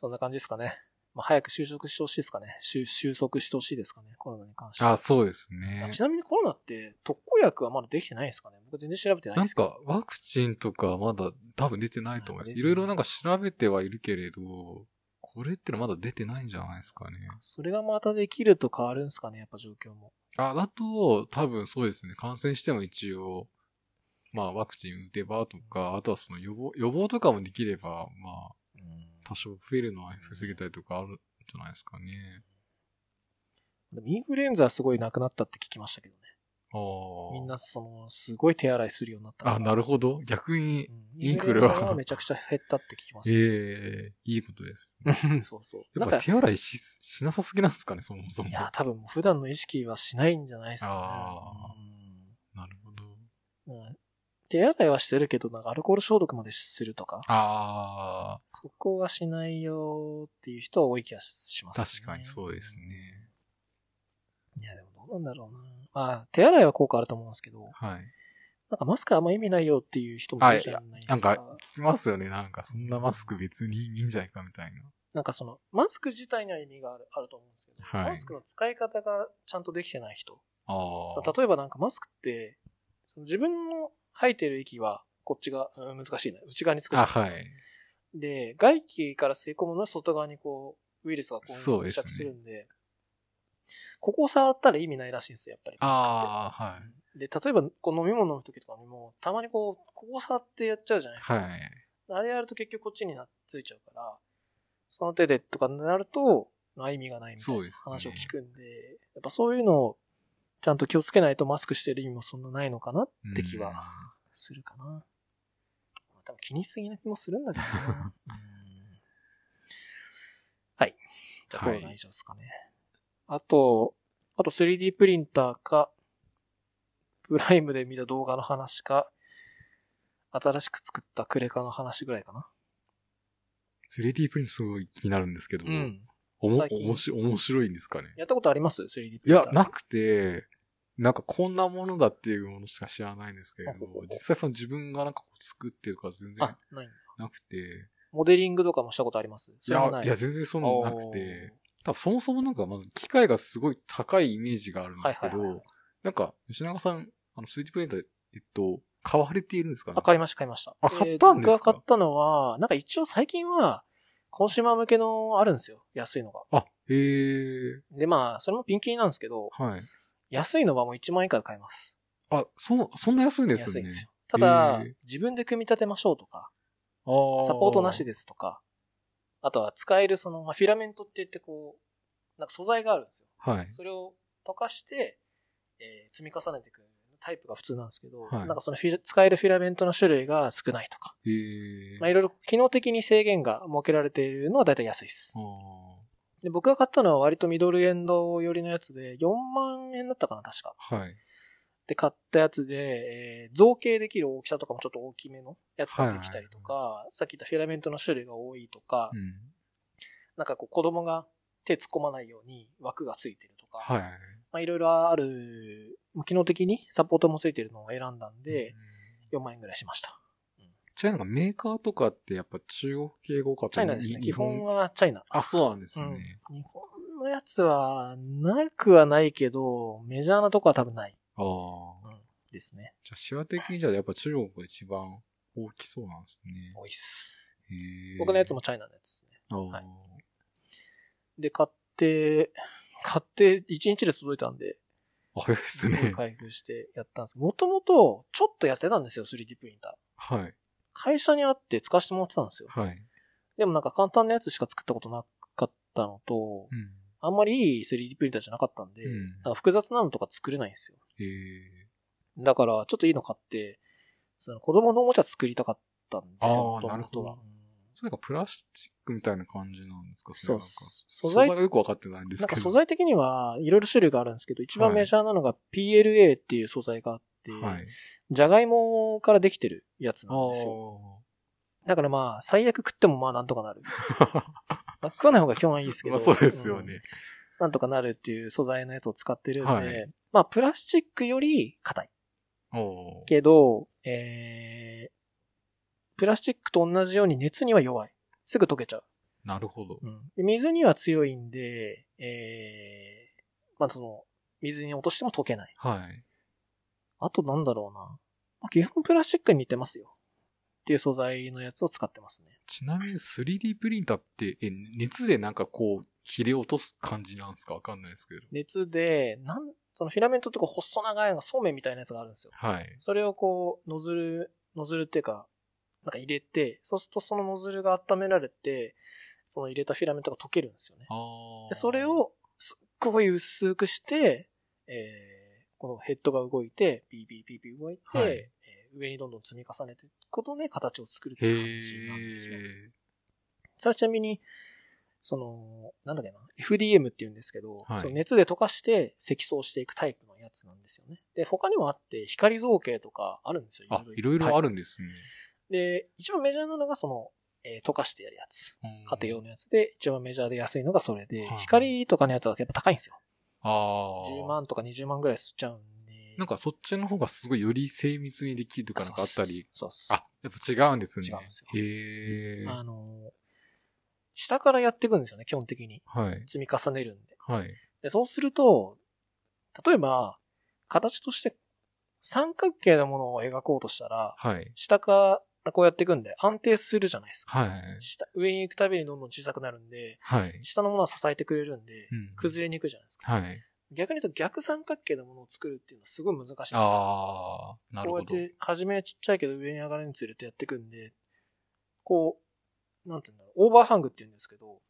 そんな感じですかね。まあ早く就職してほしいですかね。収収束してほしいですかね、コロナに関しては。ああ、そうですあね。ちなみにコロナって特効薬はまだできてないですかね僕全然調べてないなんですけど。か、ワクチンとかまだ多分出てないと思いまあ出てす。ないいろいろなんか調べてはいるけれど、これってのはまだ出てないんじゃないですかね。それがまたできると変わるんですかねやっぱ状況も。あ、だと、多分そうですね。感染しても一応、まあ、ワクチン打てばとか、あとはその予防、予防とかもできれば、まあ、多少増えるのは防げたりとかあるんじゃないですかね。でもインフルエンザはすごいなくなったって聞きましたけどね。ああ。みんなその、すごい手洗いするようになった。あ、なるほど。逆にう、んインフルはインフめちゃくちゃ減ったって聞きますえよ。えいいことです。 [LAUGHS] そうそう。やなっんぱか、手洗いし、しなさすぎなんですかね、そもそも。いや、な多分もう普段の意識はしないんじゃないですあかあるほど。ね。うん手洗いはしてるけど、なんかアルコール消毒までするとか、あそこはしないよっていう人は多い気がしまあ、す、ね。確かにそうですね。いや、でもどうなんだろうな。まあ、手洗いは効果あると思うんですけど、はい。なんかマスクあんま意味ないよっていう人もいるじゃないですか。あいやなんいますよね、なんか、そんなマスク別にいいんじゃないかみたいな。なんかその、マスク自体には意味があるあると思うんですけど、はいマスクの使い方がちゃんとできてない人。ああ。例えばなんかマスクって、その自分の吐いてる息は、こっちが、うん難しいな、内側につくじゃあ、ないですか。はい。で、外気から吸い込むのは外側にこう、ウイルスがこそうう、で付すね着するんで、ここを触ったら意味ないらしいんですよ、やっぱり。マああ、はスクって。で、例えばこう飲み物飲む時とかにも、たまにこう、ここを触ってやっちゃうじゃないですか。い。はい。あれやると結局こっちになっついちゃうから、その手でとかになると、まあ意味がないみたいそうなですね話を聞くんで、やっぱそういうのをちゃんと気をつけないとマスクしてる意味もそんなないのかなって気はするかな。まあ多分気にしすぎな気もするんだけど [LAUGHS] な。うんはい。じゃあコロナ以上ですかね。あと、あと 3D プリンターか、プライムで見た動画の話か、新しく作ったクレカの話ぐらいかな。 3D プリントすごい気になるんですけど、うん。おも最近面白面白いんですかね。やったことあります ?3D プいリンター。や、なくて、なんかこんなものだっていうものしか知らないんですけれどあほうほうほう、実際その自分がなんかこう作ってるとか全然あ、ないんだ。なくて、モデリングとかもしたことありますいそれもや、ない。いや、全然そんなのなくて、多分そもそもなんかまず機械がすごい高いイメージがあるんですけど、はいはいはいなんか吉永さん、あの 3D プリンター、えっと、買われているんですかあね買いました、買いました。あ買ったんですかえー僕が買ったのは、なんか一応最近は、コンシューマー向けのあるんですよ。安いのが。あ、へえ、で、まあ、それもピンキリなんですけど、はい。安いのはもう1万円以下で買えます。あ、そ、そんな安いんです安いよんね。ですよ。ただへー、自分で組み立てましょうとか、あーサポートなしですとか、あとは使えるその、まあフィラメントって言ってこう、なんか素材があるんですよ。はい。それを溶かして、えー積み重ねていくタイプが普通なんですけど、はいなんかそのフィラ使えるフィラメントの種類が少ないとか、へえ。まあ、いろいろ機能的に制限が設けられているのは大体安いですあ。ーで僕が買ったのは割とミドルエンド寄りのやつで、4万円だったかな、確か。はい。で、買ったやつで、えー造形できる大きさとかもちょっと大きめのやつができたりとか、さっき言ったフィラメントの種類が多いとか、うん。なんかこう子供が手突っ込まないように枠がついてるとか、はい。まあ、いろいろある、まあ機能的にサポートもついてるのを選んだんでうん、、 4万円ぐらいしました。じゃあなんかメーカーとかってやっぱ中国系が多かっチたャイりナですね。基本は。はチャイナ。あ、そうなんですうね。ん。日本のやつは、なくはないけど、メジャーなとこは多分ないああ。ですね。じゃあシェア的にじゃあやっぱ中国が一番大きそうなんですね。多いっす。へえ。僕のやつもチャイナのやつですね。あー。はいで、買って、買って1日で届いたんで、あれですすごいね。開封してやったんです。もともと、ちょっとやってたんですよ、3D プリンター。はい。会社にあって使わせてもらってたんですよ。はい。でもなんか簡単なやつしか作ったことなかったのと、うん。あんまりいい 3D プリンターじゃなかったんで、うんなんか複雑なのとか作れないんですよ。へえ。だから、ちょっといいの買って、その子供のおもちゃ作りたかったんですよ、あー元々はなるほどそれなんかプラスチックみたいな感じなんですかそうれなんか素素材材がよくわかってないんでなすんけかど。素材的にはいろいろ種類があるんですけど、一番メジャーなのが PLA っていう素材があって、はい。じゃがいもからできてるやつあなんですよ。だからまあ、最悪食ってもまあなんとか [LAUGHS] なる。あ。まあ、食わない方が基本はいいですけど。まあそうですようんね。なんとかなるっていう素材のやつを使ってるんで、はいまあ、プラスチックより硬い。おーけど、えー、プラスチックと同じように熱には弱い。すぐ溶けちゃう。なるほど。で水には強いんで、えー、まあその、水に落としても溶けない。はい。あとなんだろうな。まあ、基本プラスチックに似てますよ。っていう素材のやつを使ってますね。ちなみに 3D プリンターって、え、熱でなんかこう、切れ落とす感じなんですかわかんないですけど。熱で、なん、そのフィラメントってこう細長いのがそうめんみたいなやつがあるんですよ。はい。それをこう、ノズル、ノズルっていうか、なんか入れて、そうするとそのノズルが温められて、その入れたフィラメントが溶けるんですよね。あでーそれ、をすっごい薄くして、えーこのヘッドが動いて、ビービービービー動いて、はいえー上にどんどん積み重ねていくことで形を作るってへいう感じなんですよ。え。それはちなみに、その、なんだっけな、FDM って言うんですけど、はいその熱で溶かして積層していくタイプのやつなんですよね。で、他にもあって、光造形とかあるんですよ。あ、いろいろあるんで、ですね。で、一番メジャーなのがその、えー溶かしてやるやつ。うん家庭用のやつで、一番メジャーで安いのがそれではい、光とかのやつはやっぱ高いんですよ。ああ。 10万とか20万ぐらいすっちゃうんで。なんかそっちの方がすごいより精密にできるとかなんかあったり。そうっす。あ、やっぱ違うんですね。違うんですよへえ。あの、下からやっていくんですよね、基本的に。はい。積み重ねるんで。はい。でそうすると、例えば、形として三角形のものを描こうとしたら、はい。下からこうやっていくんで安定するじゃないですか。はい。下上に行くたびにどんどん小さくなるんで、はい。下のものは支えてくれるんで、うん崩れにくいじゃないですか。はい。逆に言うと逆三角形のものを作るっていうのはすごい難しいんですよ。ああ、なるこうほやっど。て、初めはちっちゃいけど上に上がるにつれてやっていくんで、こう、なんていうんだろう、オーバーハングって言うんですけど、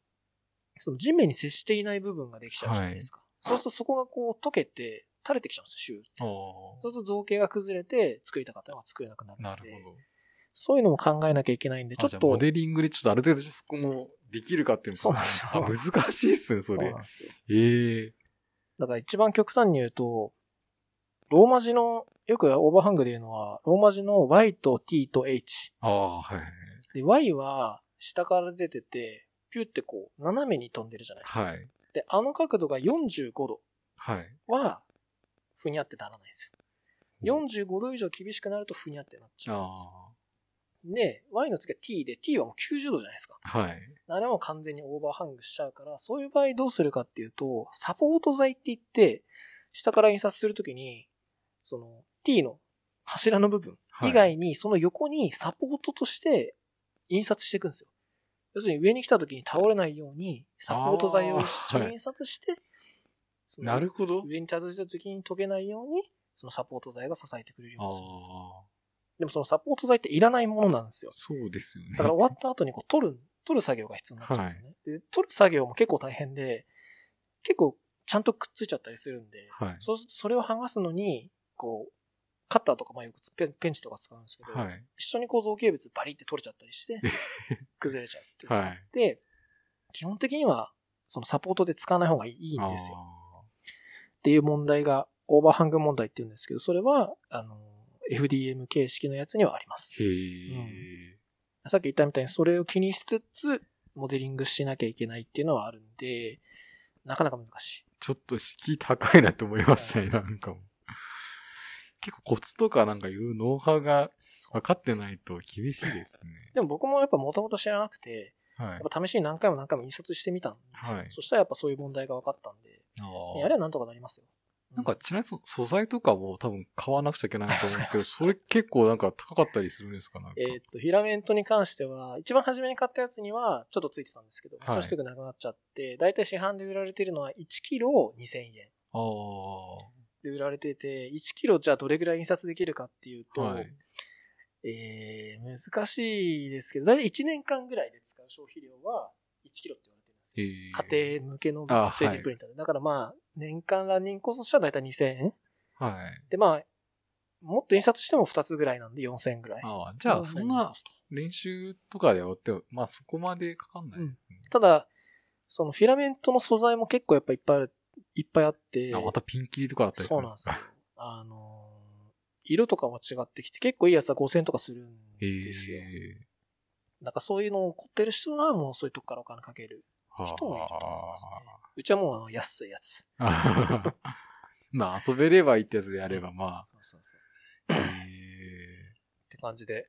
その地面に接していない部分ができちゃうじゃないですか。そうするとそこがこう溶けて垂れてきちゃうんですよ、シューって。あそうすると造形が崩れて作りたかったのが作れなくなるんあ、で。なるほど。そういうのも考えなきゃいけないんで、ちょあっじゃあとモ。デリングでちょっとある程度そこもできるかっていうのそうなんですよあ難しいっすね、そそうれな。んですよ。ええ。だから一番極端に言うと、ローマ字の、よくオーバーハングで言うのは、ローマ字の Y と T と H。ああ、はいはい。で、Y は下から出てて、ピュってこう、斜めに飛んでるじゃないですか。はい。で、あの角度が45度はい。は、ふにゃってならないんですよ。45度以上厳しくなるとふにゃってなっちゃうあんです。で、Y の次は T で、T はもう90度じゃないですか。あ、はい。あれはもう完全にオーバーハングしちゃうから、そういう場合どうするかっていうと、サポート材って言って、下から印刷するときに、その T の柱の部分はい以外に、その横にサポートとして印刷していくんですよ。要するに上に来たときに倒れないように、サポート材を一緒に印刷して、そのなるほど。上にたどり着いたときに溶けないように、そのサポート材が支えてくれるようああにするんですよ。でもそのサポート材っていらないものなんですよー、。そうですよね。だから終わった後にこう取る、取る作業が必要になっちゃうんですよね。で、取る作業も結構大変で、結構ちゃんとくっついちゃったりするんで、はい。そうするとそれを剥がすのに、こう、カッターとか、まあよくつペンペンチとか使うんですけど、はい。一緒にこう造形物バリって取れちゃったり [LAUGHS] して、崩れちゃうっていう。はい。で、基本的には、そのサポートで使わない方がいいんですよ。よ。っていう問題が、オーバーハング問題って言うんですけど、それは、あの、FDM 形式のやつにはあります。へうんえ。さっき言ったみたいにそれを気にしつつ、モデリングしなきゃいけないっていうのはあるんで、なかなか難しちょっと敷居高いなって思いましたね、なんかもう。結構コツとかなんかいうノウハウがい。分かってないと厳し [LAUGHS] いですね。でも僕もやっぱもともと知らなくて、はやい。っぱ試しに何回も何回も印刷してみたんですよ。はいそしたらやっぱそういう問題が分かったんで、あーやればなんとかなりますよ。なんか、ちなみにその素材とかも多分買わなくちゃいけないと思 [LAUGHS] うんですけど、それ結構なんか高かったりするんですかなんか。えーっと、フィラメントに関しては、一番初めに買ったやつにはちょっとついてたんですけど、はいそれすぐなくなっちゃって、だいたい市販で売られてるのは1キロ2000円。ああで売られてて、1キロじゃあどれぐらい印刷できるかっていうと、はいえー、難しいですけど、だいたい1年間ぐらいで使う消費量は1キロって言われてるんですー。よ。えー家庭向けのあ 3D プリンターで。だからまあ、年間ランニングコストとしてはだいたい2000円。はい。でまあ、もっと印刷しても2つぐらいなんで4000円ぐらい。ああ、じゃあそランんニングなコスト練習とかでやっても、まあそこまでかかんないですね。ただ、そのフィラメントの素材も結構やっぱいっぱいある、いっぱいあって。あ、またピンキリとかだったりすそうんるなんでですすよか。。あのー色とかも違ってきて、結構いいやつは5000とかするんですよ。ええ。なんかそういうのを凝ってる人はもうそういうとこからお金かける。人もいると思いますねうちはもうあの安いやつ。あ [LAUGHS] ーまあ遊べればいいってやつでやれば、まそうそうそう。あ。えって感じで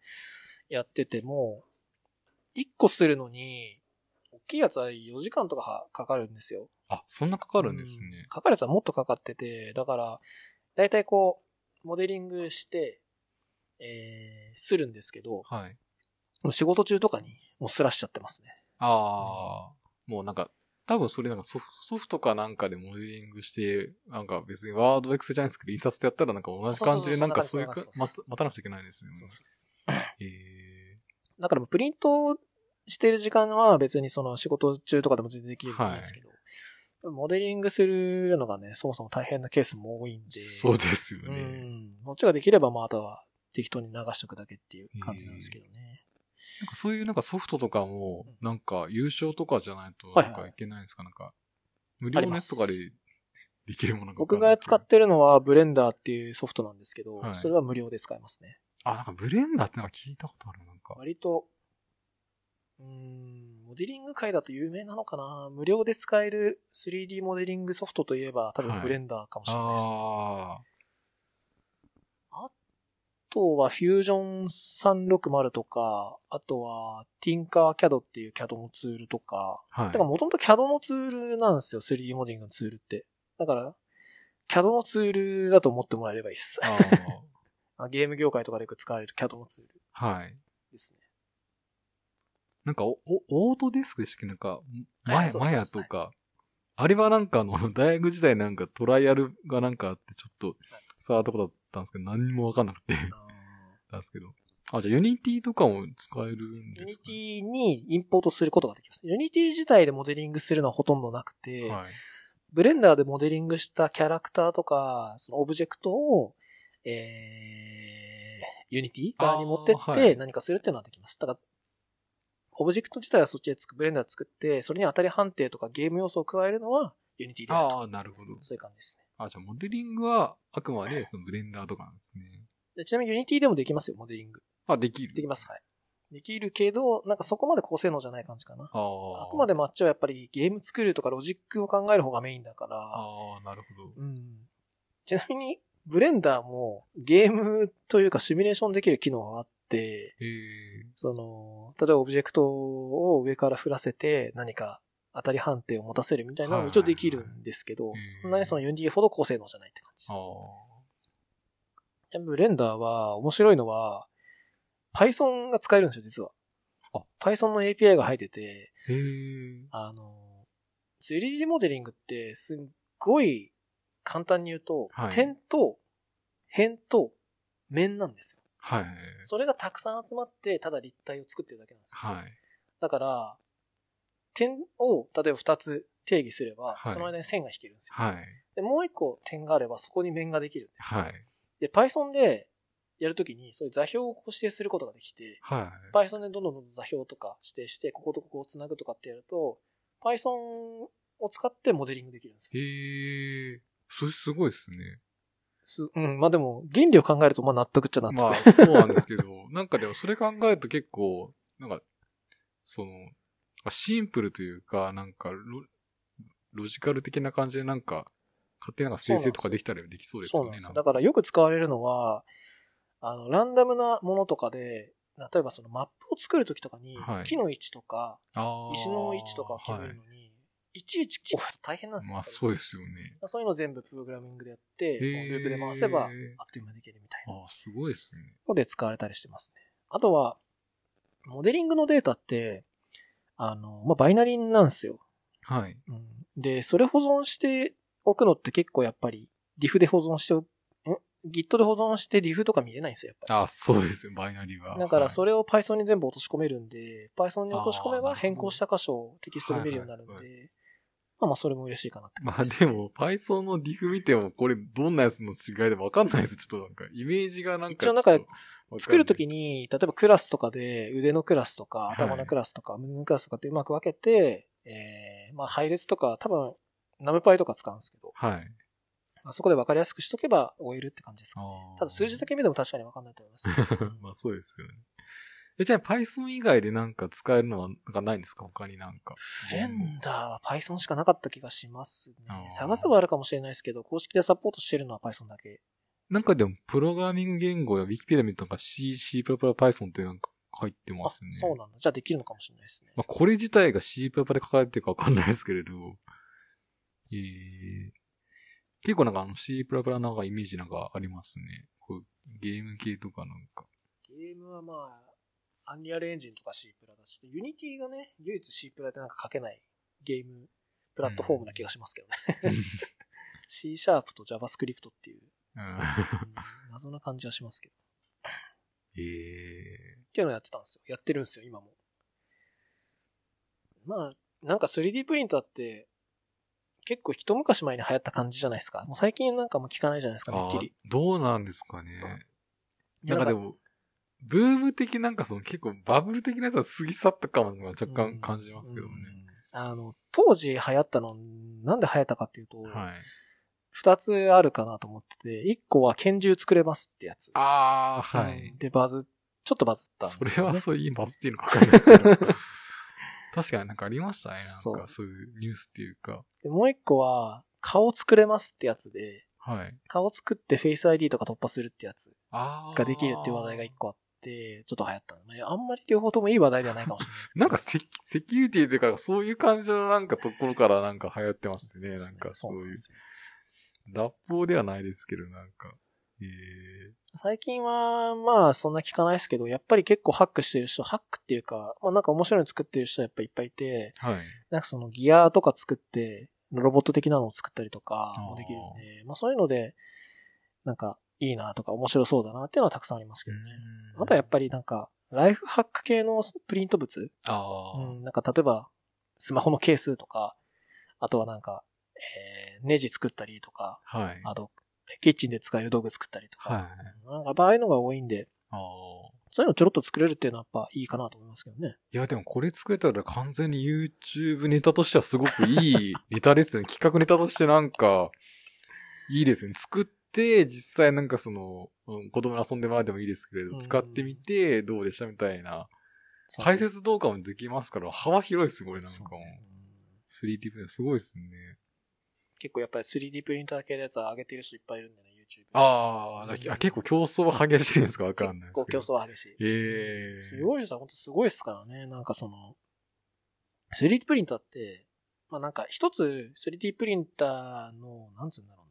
やってても、1個するのに、大きいやつは4時間とかはかかるんですよ。ーあ、そんなかかるんですうんね。かかるやつはもっとかかってて、だから、だいたいこう、モデリングして、えー、するんですけど、はい。仕事中とかにもうすらしちゃってますね。ああ、もうなんか、多分それなんかソフソフトかなんかでモデリングして、なんか別にワードエクセじゃないんですけど、印刷でやったらなんか同じ感じで、そなうんそうかそそそんなうういうか感じ、ま、待たなくちゃいけないですよね。そうですえだからプリントしてる時間は別にその仕事中とかでも全然できるんですけど、モデリングするのがね、そもそも大変なケースも多いんで、ー、そうですようね。ん。こっちができれば、まあ、あとは適当に流しとくだけっていう感じなんですけどね。なんかそういうなんかソフトとかも、なんか優勝とかじゃないと、はいはないんかいけないんですか、なんか、無あ料りのまやすつとかでできるものが僕が使ってるのはブレンダーっていうソフトなんですけど、はいそれは無料で使えますね。あ、なんかブレンダーってなんか聞いたことあるなんか。割と、うーん、モデリング界だと有名なのかな無料で使える 3D モデリングソフトといえば多分ブレンダーかもしれないですね。ああとは Fusion 360とか、あとは Tinkercad っていう CAD のツールとか、あー。はい。だからもともと CAD のツールなんですよ、3D モデリングのツールって。だから、CAD のツールだと思ってもらえればいいです。 [LAUGHS] ああゲーム業界とかでよく使われる CAD のツールあ。 [LAUGHS] はい。ですね。なんかお、お、オートデスクでしたっけなんか、はいマヤ、そうマでヤすとか。あれはなんかあの、 [LAUGHS] 大学時代なんかトライアルがなんかあって、ちょっと、触ったことだったんですけど、何にもわかんなくて、 [LAUGHS] あのなんですけど。あ、じゃあユニティとかも使えるんユでニすテか、ね、ィにインポートすることができます。ユニティ自体でモデリングするのはほとんどなくて、はい。ブレンダーでモデリングしたキャラクターとか、そのオブジェクトを、えー、ユニティ側に持ってあーっはてい何かするっていうのはできます。だから、オブジェクト自体はそっちで作、ブレンダーで作って、それに当たり判定とかゲーム要素を加えるのはユニティでやると。ああ、なるほど。そういう感じですね。あ、じゃあモデリングはあくまでそのブレンダーとかなんですね。でちなみにユニティでもできますよ、モデリング。あ、できるできます、はい。できるけど、なんかそこまで高性能じゃない感じかな。ああ。あくまで。でマッチはやっぱりゲーム作るとかロジックを考える方がメインだから、ああ、なるほど。うん。ちなみに、ブレンダーもゲームというかシミュレーションできる機能があって、ええその、例えばオブジェクトを上から振らせて何か当たり判定を持たせるみたいなのも一応できるんですけどはいはいはい、そんなにその UND ほど高性能じゃないって感じあであ。す。ブレンダーは面白いのは、Python が使えるんですよ、実はあ。 Python の API が入ってて、へえ。あの、3D モデリングってすっごい簡単に言うと、はい点と辺と面なんですよ。はいはいそれがたくさん集まって、ただ立体を作ってるだけなんですよ。はい。はい。だから、点を例えば2つ定義すれば、はいその間に線が引けるんですよ。はい。で、もう1個点があれば、そこに面ができる。はい。で、Python でやるときに、そういう座標をこう指定することができて、はい。 Python でどんどんどんどん座標とか指定して、こことここをつなぐとかってやると、Python を使ってモデリングできるんですよ。へえ、それすごいですね。すうん、まあでも、原理を考えると、まあ納得っちゃ納得。まあ、そうなんで [LAUGHS] すけど、なんかでもそれ考えると結構、なんか、その、シンプルというか、なんかロ、ロジカル的な感じでなんか、勝手になんか生成とかできたらできそうですそうなんよね。ですよ。なだんかからよく使われるのは、あの、ランダムなものとかで、例えばそのマップを作るときとかには、い木の位置とか、あー石の位置とかを決めはるい。のに、いちいち覚えると大変なんですよ。まあ、そうですよね。そういうのを全部プログラミングでやって、へルーープで回せば、あっという間にできるみたいあなあ、すごいですね。ので使われたりしてますね。あとは、モデリングのデータって、あの、まあ、バイナリーなんですよ。はい。うんで、それ保存しておくのって結構やっぱり、diff で保存しておく、ん ?Git で保存して diff とか見れないんですよ、やっぱああ、そうですよ、バイナリーは。り。だからそれ、れを Python に全部落とし込めるんで、Python に落とし込めあーなるほばど変更した箇所をテキストで見るようになるんはいはいで、まあまあそれも嬉しいかなってまあでも、Python のディフ見ても、これどんなやつの違いでもわかんないです。ちょっとなんか、イメージがなんか一応なんかちょっとわかんない、作るときに、例えばクラスとかで、腕のクラスとか、はい頭のクラスとか、胸のクラスとかってうまく分けて、えー、まあ配列とか、多分、ナムパイとか使うんですけど、はい。あそこで分かりやすくしとけば終えるって感じですかね。ただ数字だけ。け見ても確かに分かんないと思います。うん [LAUGHS] まあそうですよね。え、じゃあ Python 以外でなんか使えるのはなんかないんですか他になんか。ブレンダーは Python しかなかった気がしますねあ。ー探せばあるかもしれないですけど、公式でサポートしてるのは Python だけ。なんかでも、プログラミング言語や Wikipedia 見るとなんか C、C++ Python ってなんか入ってあ、ますね。そうなんだ。じゃあできるのかもしれないですね。まあこれ自体が C++ で書かれてるかわかんないですけれど。えー結構なんかあの C++ なんかイメージなんかありますね。こうゲーム系とかなん [LAUGHS] か。ゲームはまあ、アンリアルエンジンとか C プラだし、ユニティがね、唯一 C プラでなんか書けないゲームプラットフォームな気がしますけどね。C [LAUGHS] シャープと JavaScript って [LAUGHS] いう、うんうん謎な感じはしますけど。ええっていうのをやってたんですよ。やってるんですよ、今も。まあ、なんか 3D プリンターって、結構一昔前に流行った感じじゃないですか。もう最近なんかもう聞かないじゃないですか、めっあきり。ーどうなんですかね。いやなんかで、も、ブーム的なんかその結構バブル的なやつは過ぎ去ったかもな若干感じますけどね。うんあの、当時流行ったの、なんで流行ったかっていうと、はい。二つあるかなと思ってて、一個は拳銃作れますってやつ。ああ、はいうん。で、バズ、ちょっとバズったんですそよね、れはそういうバズっていうのかわかんないですけど。 [LAUGHS] 確かになんかありましたね。なそんかうそういうニュースっていうか。でもう一個は、顔作れますってやつで、はい。顔作って Face ID とか突破するってやつああ。ができるっていう話題が一個あって、ちょっと流行ったのね。あんまり両方ともいい話題ではないかもしれないですけどなんかセキセキュリティというか、そういう感じのなんかところからなんか流行ってますね。なんかそうなんいでう。すよ脱法ではないですけど、なんか。え最近は、まあ、そんな聞かないですけど、やっぱり結構ハックしてる人、ハックっていうか、まあなんか面白いの作ってる人やっぱいっぱいいて、えはい。なんかそのギアとか作って、ロボット的なのを作ったりとかもできるんで、まあそういうので、なんかいいなとか面白そうだなっていうのはたくさんありますけどね。あとはやっぱりなんか、ライフハック系のプリント物ああ、うん、なんか例えば、スマホのケースとか、あとはなんか、えー、ネジ作ったりとか、はい。あと、キッチンで使える道具作ったりとか、はい。なんかやっぱああいうのが多いんで、ああ。そういうのちょろっと作れるっていうのはやっぱいいかなと思いますけどね。いや、でもこれ作れたら完全に YouTube ネタとしてはすごく [LAUGHS] いいネタですね。企画ネタとしてなんか、いいですね。作って、実際なんかその、うん子供に遊んでもらってもいいですけれうど、ん使ってみて、どうでしたみたいな。解説動画もできますから、幅広いです、これなんかそうもねう。うん 3D プリンターすごいですね。結構やっぱり 3D プリンター系のやつは上げてる人いっぱいいるんでね、YouTube。あーだうんあ、結構競争は激しいんですかわかんないですけ結ど。構競争は激しい。ええー。すごい人は本当すごいですからね。なんかその、3D プリンターって、まあなんか一つ 3D プリンターの、なんつうんだろ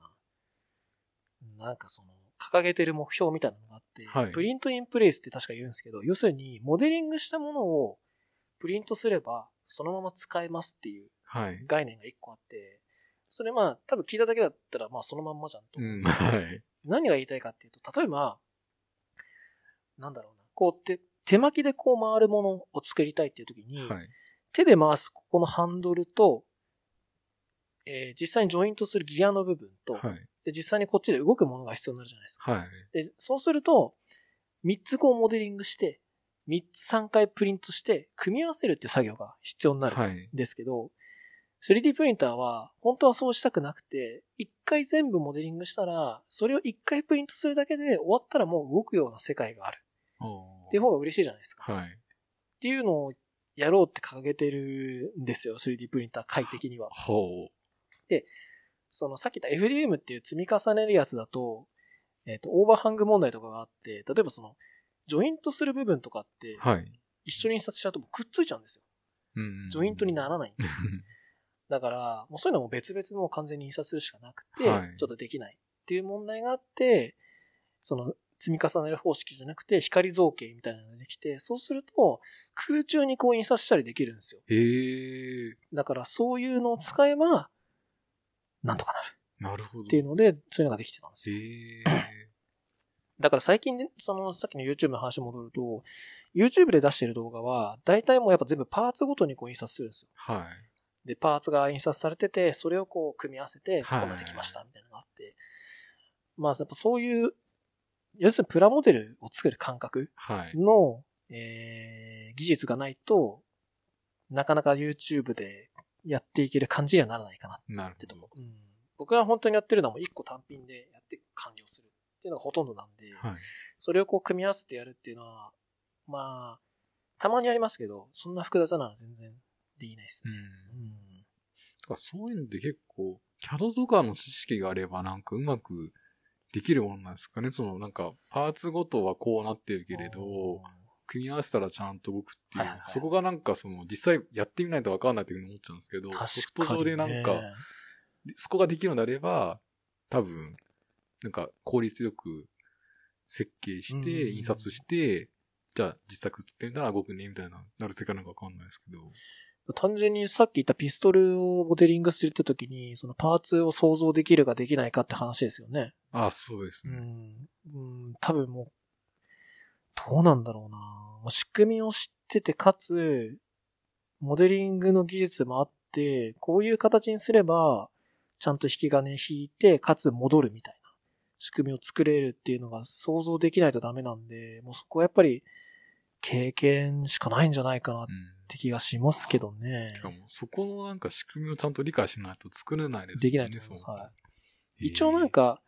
うな。なんかその、掲げてる目標みたいなのがあって、はいプリントインプレイスって確か言うんですけど、要するにモデリングしたものをプリントすればそのまま使えますっていうはい。概念が一個あって、それまあ多分聞いただけだったらまあそのまんまじゃんと。うん、はい。何が言いたいかっていうと、例えば、なんだろうな、こう手手巻きでこう回るものを作りたいっていう時に、はい。手で回すここのハンドルと、えー実際にジョイントするギアの部分と、はい。で、実際にこっちで動くものが必要になるじゃないですか。はい。で、そうすると、3つこうモデリングして、3つ3回プリントして、組み合わせるっていう作業が必要になる。はい。ですけど、3D プリンターは本当はそうしたくなくて、一回全部モデリングしたら、それを一回プリントするだけで終わったらもう動くような世界があるおーっていう方が嬉しいじゃないですか。はい。っていうのをやろうって掲げてるんですよ、3D プリンター界的には。ほう。そのさっき言った FDM っていう積み重ねるやつだと、えっ、と、オーバーハング問題とかがあって、例えばその、ジョイントする部分とかって、はい。一緒に印刷しちゃうともうくっついちゃうんですよ。うんジョイントにならない。うだから、もうそういうのも別々もう完全に印刷するしかなくて、はいちょっとできないっていう問題があって、その積み重ねる方式じゃなくて光造形みたいなのができて、そうすると空中にこう印刷したりできるんですよ。ん。 [LAUGHS] へえ。だからそういうのを使えば、なんとかなるなるほど。っていうので、そういうのができてたんですよ。へえ。だから最近ね、そのさっきの YouTube の話に戻ると、YouTube で出してる動画は、大体もうやっぱ全部パーツごとにこう印刷するんですよ。はで、パーツが印刷されてて、それをこう組み合わせて、はいこんなできました、みたいなのがあって。まあ、やっぱそういう、要するにプラモデルを作る感覚い。はい。の、えー技術がないと、なかなか YouTube でやっていける感じにはならないかなっなるてとほどこ。。うん、僕が本当にやってるのはもう1個単品でやって完了するっていうのがほとんどなんで、はい。それをこう組み合わせてやるっていうのは、まあ、たまにありますけど、そんな複雑なのは全然できないですうね。ん。うんだからそういうのって結構、CAD とかの知識があればなんかうまくできるものなんですかね。そのなんか、パーツごとはこうなってるけれど、組み合わせたらちゃんと動くっていう、はいはいはいそこがなんかその、実際やってみないとわかんないというふうに思っちゃうんですけど、確かにねソフト上でなんか、そこができるのであれば、多分、なんか効率よく設計しうて、ん印刷して、じゃあ実作作ってみたら動くね、みたいな、なる世界なのかわかんないですけど。単純にさっき言ったピストルをモデリングするって時に、そのパーツを想像できるかできないかって話ですよね。あそうですうね。ん。うん、多分もう、どうなんだろうなもう仕組みを知ってて、かつ、モデリングの技術もあって、こういう形にすれば、ちゃんと引き金引いて、かつ戻るみたいな仕組みを作れるっていうのが想像できないとダメなんで、もうそこはやっぱり経験しかないんじゃないかなっうん。て気がしますけどねし。かも、そこのなんか仕組みをちゃんと理解しないと作れないですよね。できないと思いそまうすは一応なん、か、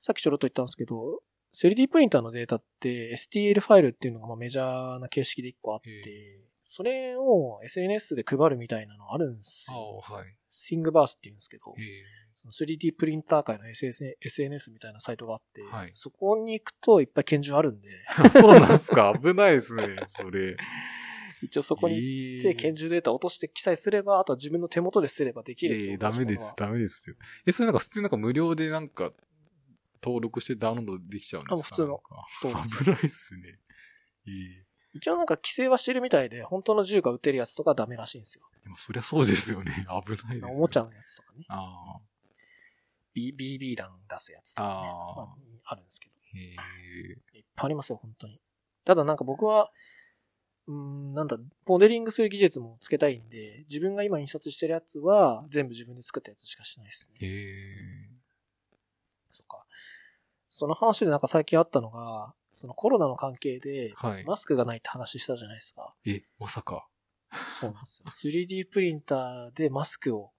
さっきちょろっと言ったんですけど、3D プリンターのデータって STL ファイルっていうのがまあメジャーな形式で一個あってへ、それを SNS で配るみたいなのあるんですあよ。あ、はい。シングバースって言うんですけどえ、えその 3D プリンター界の SS SNS みたいなサイトがあって、はいそこに行くといっぱい拳銃あるんで、 [LAUGHS] あ [LAUGHS] そうなんですか。危ないですね、それ。一応 [LAUGHS] そこに行にって拳銃データを落として記載すれば、あとは自分の手元ですればできるってええいうダメでものすは、ダメですよ。え、それなんか普通になんか無料でなんか、登録してダウンロードできちゃうんですかあもう普通の登なん録か危ないっすね。ええ一応なんか規制はしてるみたいで、本当の銃が撃てるやつとかはダメらしいんですよ。でもそりゃそうですよね。危ないです、ね。おもちゃのやつとかね。あ B- BB 弾出すやつとあ。か、ね、ああま。ああるんですけど。へえ。いっぱいありますよ、本当に。ただなんか僕は、うーん、なんだ、モデリングする技術もつけたいんで、自分が今印刷してるやつは、全部自分で作ったやつしかしてないですね。へえ。そっか。その話でなんか最近あったのが、そのコロナの関係で、はい。マスクがないって話したじゃないですか。え、まさか。そうなんですよ。3D プリンターでマスクを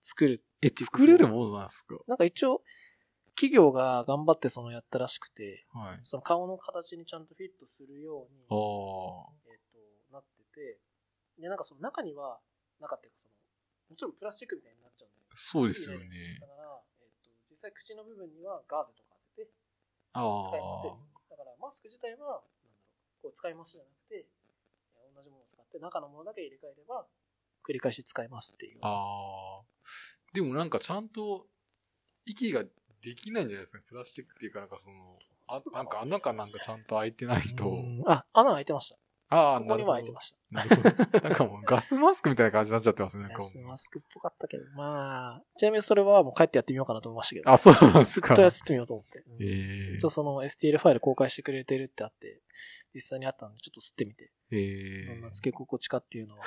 作る。え、作れるものなんですかなんか一応、企業が頑張ってそのやったらしくて、はい。その顔の形にちゃんとフィットするように、ああ。えっ、と、なってて、で、なんかその中には、中っていうかその、もちろんプラスチックみたいになっちゃうんだけどそうですよね。だから、えっ、と、実際口の部分にはガーゼとか当ててあ使いますあよ。。だからマスク自体は、なんだろう、こう使いますじゃなくて、えー同じものを使って中のものだけ入れ替えれば、繰り返し使えますっていう。ああ。でもなんかちゃんと、息ができないんじゃないですか。プラスチックっていうか、なんかその、あなんか穴かなんかちゃんと開いてないうと。んあ、穴開いてました。ああ、ここには開いてましした。た。なるほど。なんかもうガスマスクみたいな感じになっちゃってますね。なんかもうガスマスクっぽかったけど、まあ、ちなみにそれはもう帰ってやってみようかなと思いましたけど。あ、そうなんでずすっか。とやってみようと思って。うんええ一応その STL ファイル公開してくれてるってあって、実際にあったんで、ちょっと吸ってみて、えどんなえ付け心地かって [LAUGHS] いうのをやっ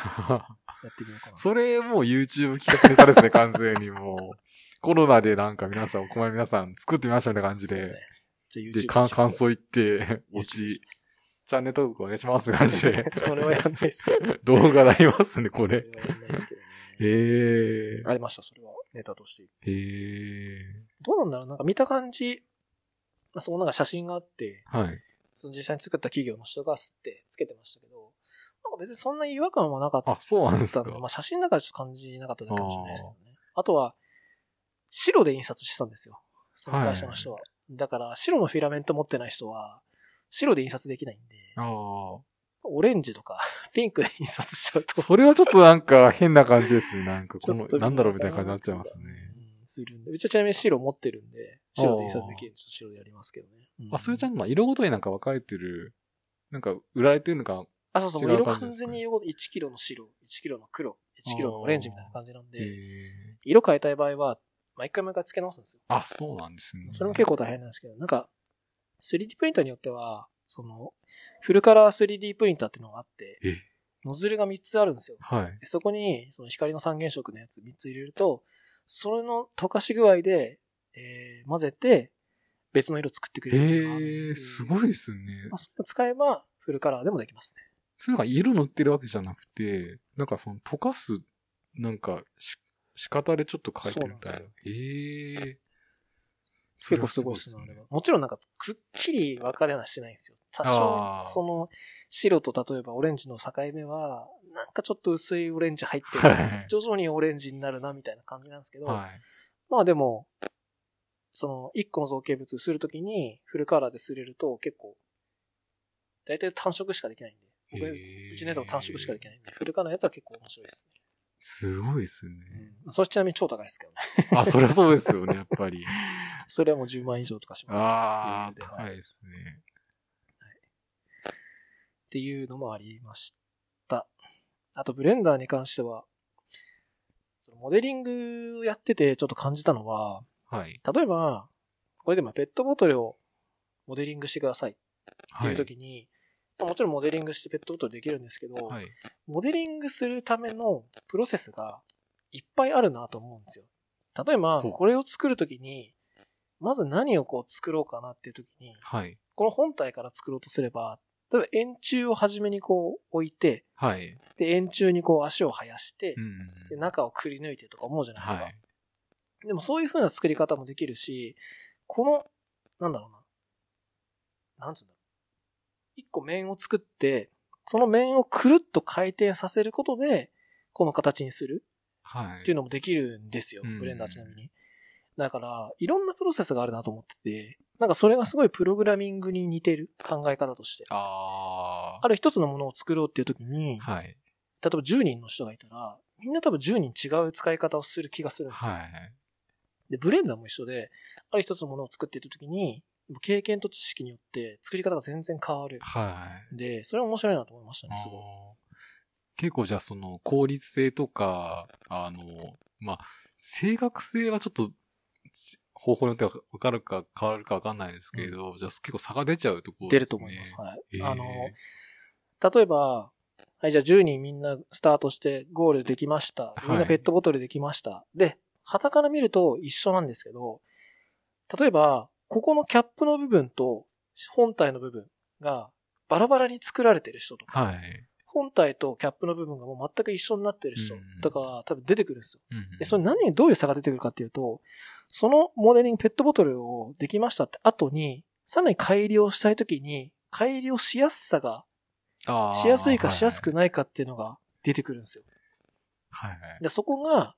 てみようかな。それもう YouTube 企画ネタですね、完全にもう。コロナでなんか皆さん、お米皆さん作ってみましたみたいな感じそうでね。じゃあ YouTube で、にかしま感す想言って、落 YouTube しち、チャンネル登録お願いしますみたいな感じでま。すそれはやんないですけど。動画なります [LAUGHS] ね、これ。そはやんないですけどねええありました、それは。ネタとして。ええどうなんだろうなんか見た感じ、まあ、そのなんか写真があって、はい。その実際に作った企業の人が吸って、つけてましたけど、なんか別にそんな違和感はなかったあ、そうなんですか。まあ写真だからちょっと感じなかっただけかもしれないですけどね。あとは、白で印刷してたんですよ。その会社の人は。だから、白のフィラメント持ってない人は、白で印刷できないんで、あオレンジとか [LAUGHS] ピンクで印刷しちゃうあ。と。それはちょっとなんか変な感じですね。なんかこちょのっと、なんだろうみたいな感じになっちゃいますね。うん。するんで。うちはちなみに白持ってるんで、白で印刷できるんで、白でやりますけどね。あ、それちゃんんと色ごとになんか分かれてる、なんか売られてるのか、あ、そうそう、もう違う色感じで完すか全ねに色ごと1キロの白、1キロの黒、1キロのオレンジみたいな感じなんええで、色変えたい場合は、毎回毎回付け直すんですよ。あ、そうなんですね。それも結構大変なんですけど、なんか、3D プリンターによっては、その、フルカラー 3D プリンターっていうのがあってえ、ノズルが3つあるんですよ。はい。でそこに、その光の三原色のやつ3つ入れると、それの溶かし具合で、えー混ぜて、別の色作ってくれるっていうのがあるんで。ええすごいですね。まあ、それを使えば、フルカラーでもできますね。それなんか色塗ってるわけじゃなくて、なんかその溶かす、なんかし仕方でちょっと変えてるみたいなそうなん。ええ結それ構はすごいでですすね、ねあれは。もちろんなんか、くっきり分かれはしないんですよ。多少、あーその、白と例えばオレンジの境目は、なんかちょっと薄いオレンジ入ってるはい徐々にオレンジになるなみたいな感じなんですけど、はい。まあでも、その一個の造形物するときにフルカラーですれると結構、大体単色しかできないんで、僕はうちのやつも単色しかできい。ないんで、フルカラーのやつは結構面白いですすごいですね。ね。うん。それちなみに超高いですけどね。あ、そりゃそうですよね、やっ [LAUGHS] ぱり。それはもう10万以上とかします、ああ、で高いですね。っていうのもありました。あと、ブレンダーに関しては、モデリングをやっててちょっと感じたのは、はい。例えば、これでもペットボトルをモデリングしてくださいってはいうい。時に、まあもちろんモデリングしてペットボトルできるんですけど、はい。モデリングするためのプロセスがいっぱいあるなと思うんですよ。例えば、ほうこれを作るときに、まず何をこう作ろうかなっていうときに、はい。この本体から作ろうとすれば、例えば円柱を初めにこう置いて、はい。で、円柱にこう足を生やしてう、んで、。中をくり抜いてとか思うじゃないですか。はい。でもそういう風な作り方もできるし、この、なんだろうな。なんつうんだろう。一個面を作って、その面をくるっと回転させることで、この形にするはい。っていうのもできるんですよ。うんブレンダーちなみに。だから、いろんなプロセスがあるなと思ってて、なんかそれがすごいプログラミングに似てる考え方として。あある一つのものを作ろうっていう時に、あ。はい。例えば10人の人がいたら、みんな多分10人違う使い方をする気がするんですよ。はい。で、ブレンダーも一緒で、ある一つのものを作っているときに、経験と知識によって作り方が全然変わる。はい。で、それは面白いなと思いましたね、すあごー結構じゃあその効率性とか、あの、まあ、正確性はちょっとち方法によっては分かるか変わるか分かんないですけれど、じゃあ結構差が出ちゃうところい。で出るすね。と思います。はい。えーあの、例えば、はい、じゃあ10人みんなスタートしてゴールできました。みんはないペットボトルできました。で、旗から見ると一緒なんですけど、例えば、ここのキャップの部分と本体の部分がバラバラに作られてる人とか、はい。本体とキャップの部分がもう全く一緒になってる人とかが多分出てくるんですようんで、それ何にどういう差が出てくるかっていうと、そのモデリングペットボトルをできましたって後に、さらに改良したいときに、改良しやすさが、あーしやすいかしやすくないかっていうのが出てくるんですよ。はい。はいで、そこが、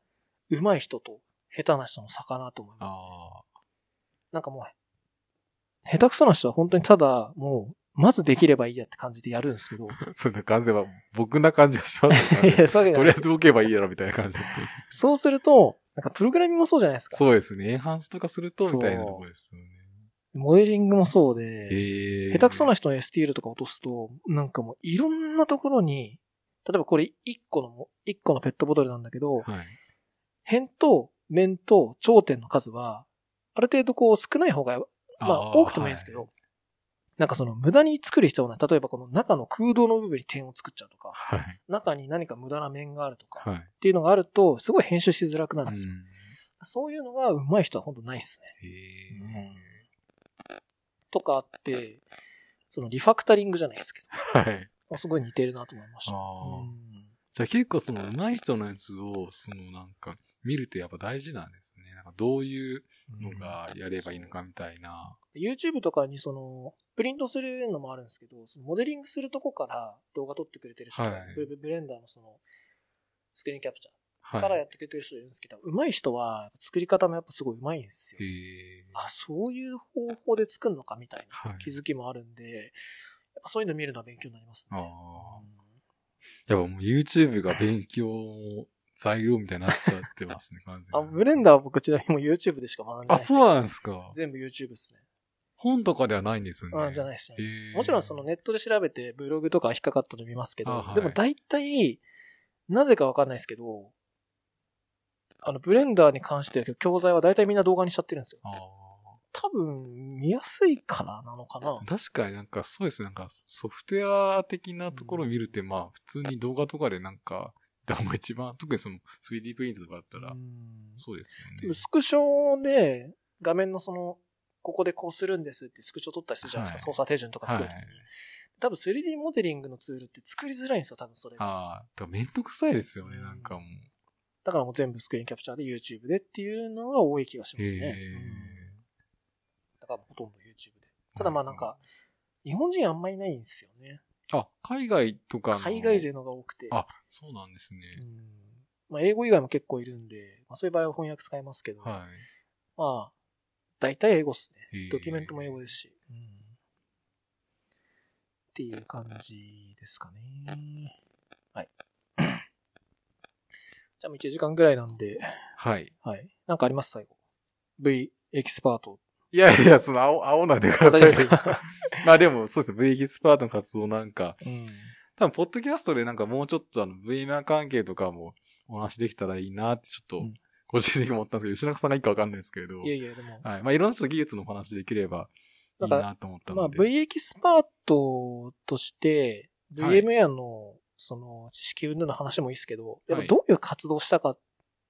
上手い人と下手な人の差かなと思いあます。なんかもう、下手くそな人は本当にただ、もう、まずできればいいやって感じでやるんですけど、あ。 [LAUGHS] そんな感じは、僕な感じがします [LAUGHS] ねいや、そういうわけじゃないとりあえず動けばいいやろみたいな感じだった [LAUGHS] そうすると、なんかプログラミングもそうじゃないですか。そうですね。エンハンスとかすると、みたいそなうとこですよね。モデリングもそうで、へえ。下手くそな人の STL とか落とすと、なんかもういろんなところに、例えばこれ1個の、一個のペットボトルなんだけど、はい。辺と面と頂点の数は、ある程度こう少ない方が、まあー多くてもいいんですけど、なんかその無駄に作る必要ない。例えばこの中の空洞の部分に点を作っちゃうとか、はい。中に何か無駄な面があるとか、はい。っていうのがあると、すごい編集しづらくなるはんいですよ。うんそういうのが上手い人は本当ないっすね。へえ。とかあって、そのリファクタリングじゃないですけはい。ど、すごい似てるなと思いました。ああ。うんじゃあ結構その上手い人のやつを、そのなんか、見るってやっぱ大事なんですね。なんかどういうのがやればいいのかみたいな。 YouTube とかにその、プリントするのもあるんですけど、そのモデリングするとこから動画撮ってくれてる人、はいブブレンダーのその、スクリーンキャプチャーからはやい。ってくれてる人いるんですけど、上手い人は作り方もやっぱすごい上手いんですへよ。え。あ、そういう方法で作るのかみたいはない気づきもあるんで、やっぱそういうの見るのは勉強になりますあね。あう。んやっぱもう YouTube が勉強の材料みたいになっちゃってますね、完あ全に。ブレンダーは僕ちなみにもう YouTube でしか学んでないあ、です。そうなんですか。全部 YouTube ですね。本とかではないんですよね。うん、じゃないですねへーもちろんそのネットで調べてブログとか引っかかったの見ますけど、あはいでも大体、なぜかわかんないですけど、あの、ブレンダーに関しては教材は大体みんな動画にしちゃってるんですよ。あ多分、見やすいからなのかなー。確かになんかそうですね、なんかソフトウェア的なところを見るって、まあ普通に動画とかでな [LAUGHS] んか、がまあ一番、特にその 3D プリントとかだったらう、んそうですでよもね。スクショで画面のその、ここでこうするんですってスクショ撮ったりするじゃないですか、はい操作手順とかするときに、はい多分 3D モデリングのツールって作りづらいんですよ、多分それが。ああ、だからめんどくさいですよね、なんかもう。だからもう全部スクリーンキャプチャーで YouTube でっていうのが多い気がしへますね。えうんだからほとんど YouTube で。ただまあなんか、日本人あんまりいないんですよね。あ、海外とかの。海外勢のが多くて。あ、そうなんですね。うんまあ英語以外も結構いるんで、まあそういう場合は翻訳使いますけど、はまあ、大体英語っすい。へね。えドキュメントも英語ですし。うんっていう感じですかね。はい。 [CLEARS THROAT] じゃあもう1時間ぐらいなんで、はい。はい。なんかあります最後。V エキスパート。いやいや、その青、青なんでくださ [LAUGHS] 大丈夫ですい。かまあでも、そうですね。V エキスパートの活動なんか、うん。多分、ポッドキャストでなんかもうちょっとあの、VMR 関係とかもお話できたらいいなって、ちょっうとん、個人的に思ったんですけど、吉中さんがいいかわかんないですけれど、いやいや、でも、はい。まあ、いろんなちょっと技術のお話できればないいんかなと思ったまあ、ので。 V エキスパートとして、はい VMA の、その、知識云々の話もいいですけど、やっはぱいどういう活動をしたか、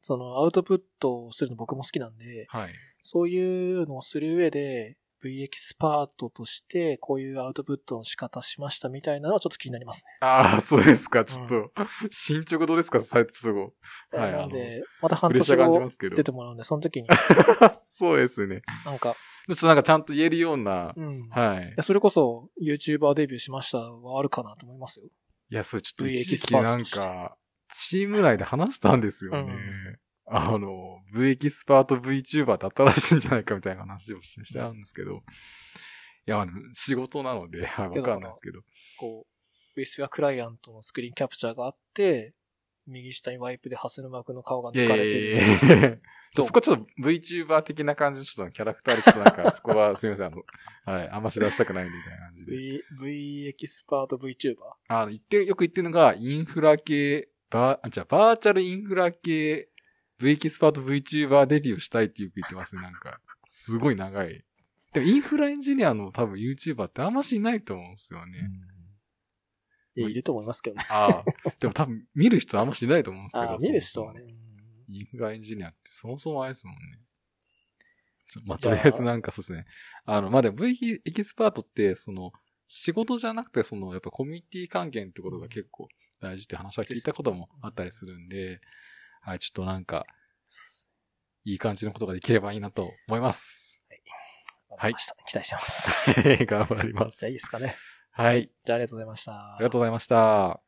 その、アウトプットをするの僕も好きなんで、はい。そういうのをする上で、V エキスパートとして、こういうアウトプットの仕方しましたみたいなのはちょっと気になりますああ、そうですか。ちょっと、進捗どうですかサイトちょっとね。はいなんで、また半プレッシ年ャー感じま後すけど出。てもらうんで、その時に、そう [LAUGHS] ですね。なんか、ちょっとなんかちゃんと言えるような、うん。いはい。やそれこそ、YouTuber デビューしましたはあるかなと思いますよ。いや、それちょっと V 一時期 Expert なんか、チーム内で話したんですよね。あの、V エキスパート VTuber だったらしいんじゃないかみたいな話をしてたんですけど。いや、あの仕事なので、はいわかんないですけど。こう、ウィスフェアクライアントのスクリーンキャプチャーがあって、右下にワイプでハスの幕の顔がいや抜いかやれいてやる。いやいやちょそこちょっと VTuber 的な感じのちょっとキャラクターでちょっとなんか、そこはすみません、あの、はい、あんま知らしたくないみたいな感じで。 V、V エキスパート VTuber? あの、言ってる、よく言ってるのが、インフラ系、バー、あ、じゃあバーチャルインフラ系、V エキスパート VTuber デビューしたいってよく言ってますね、なんか。すごい長い。でも、インフラエンジニアの多分 YouTuber ってあんましいないと思うんですよね。いやいると思いますけどね。ああ。でも多分、見る人あんましいないと思うんですけど。ああ、見る人はね。うんインフラエンジニアってそもそもあれですもんね。ちょまあ、じとゃありあえずなんかそうですね。あの、まあ、でも V エキスパートって、その、仕事じゃなくて、その、やっぱコミュニティ関係のところが結構大事って話は聞いたこともあったりするんで、はい、ちょっとなんか、いい感じのことができればいいなと思います。 [LAUGHS] わかりました期待してます。 [LAUGHS] 頑張りますじゃあいい。ですかね。はい。じゃあありがとうございましたあり。がとうございました。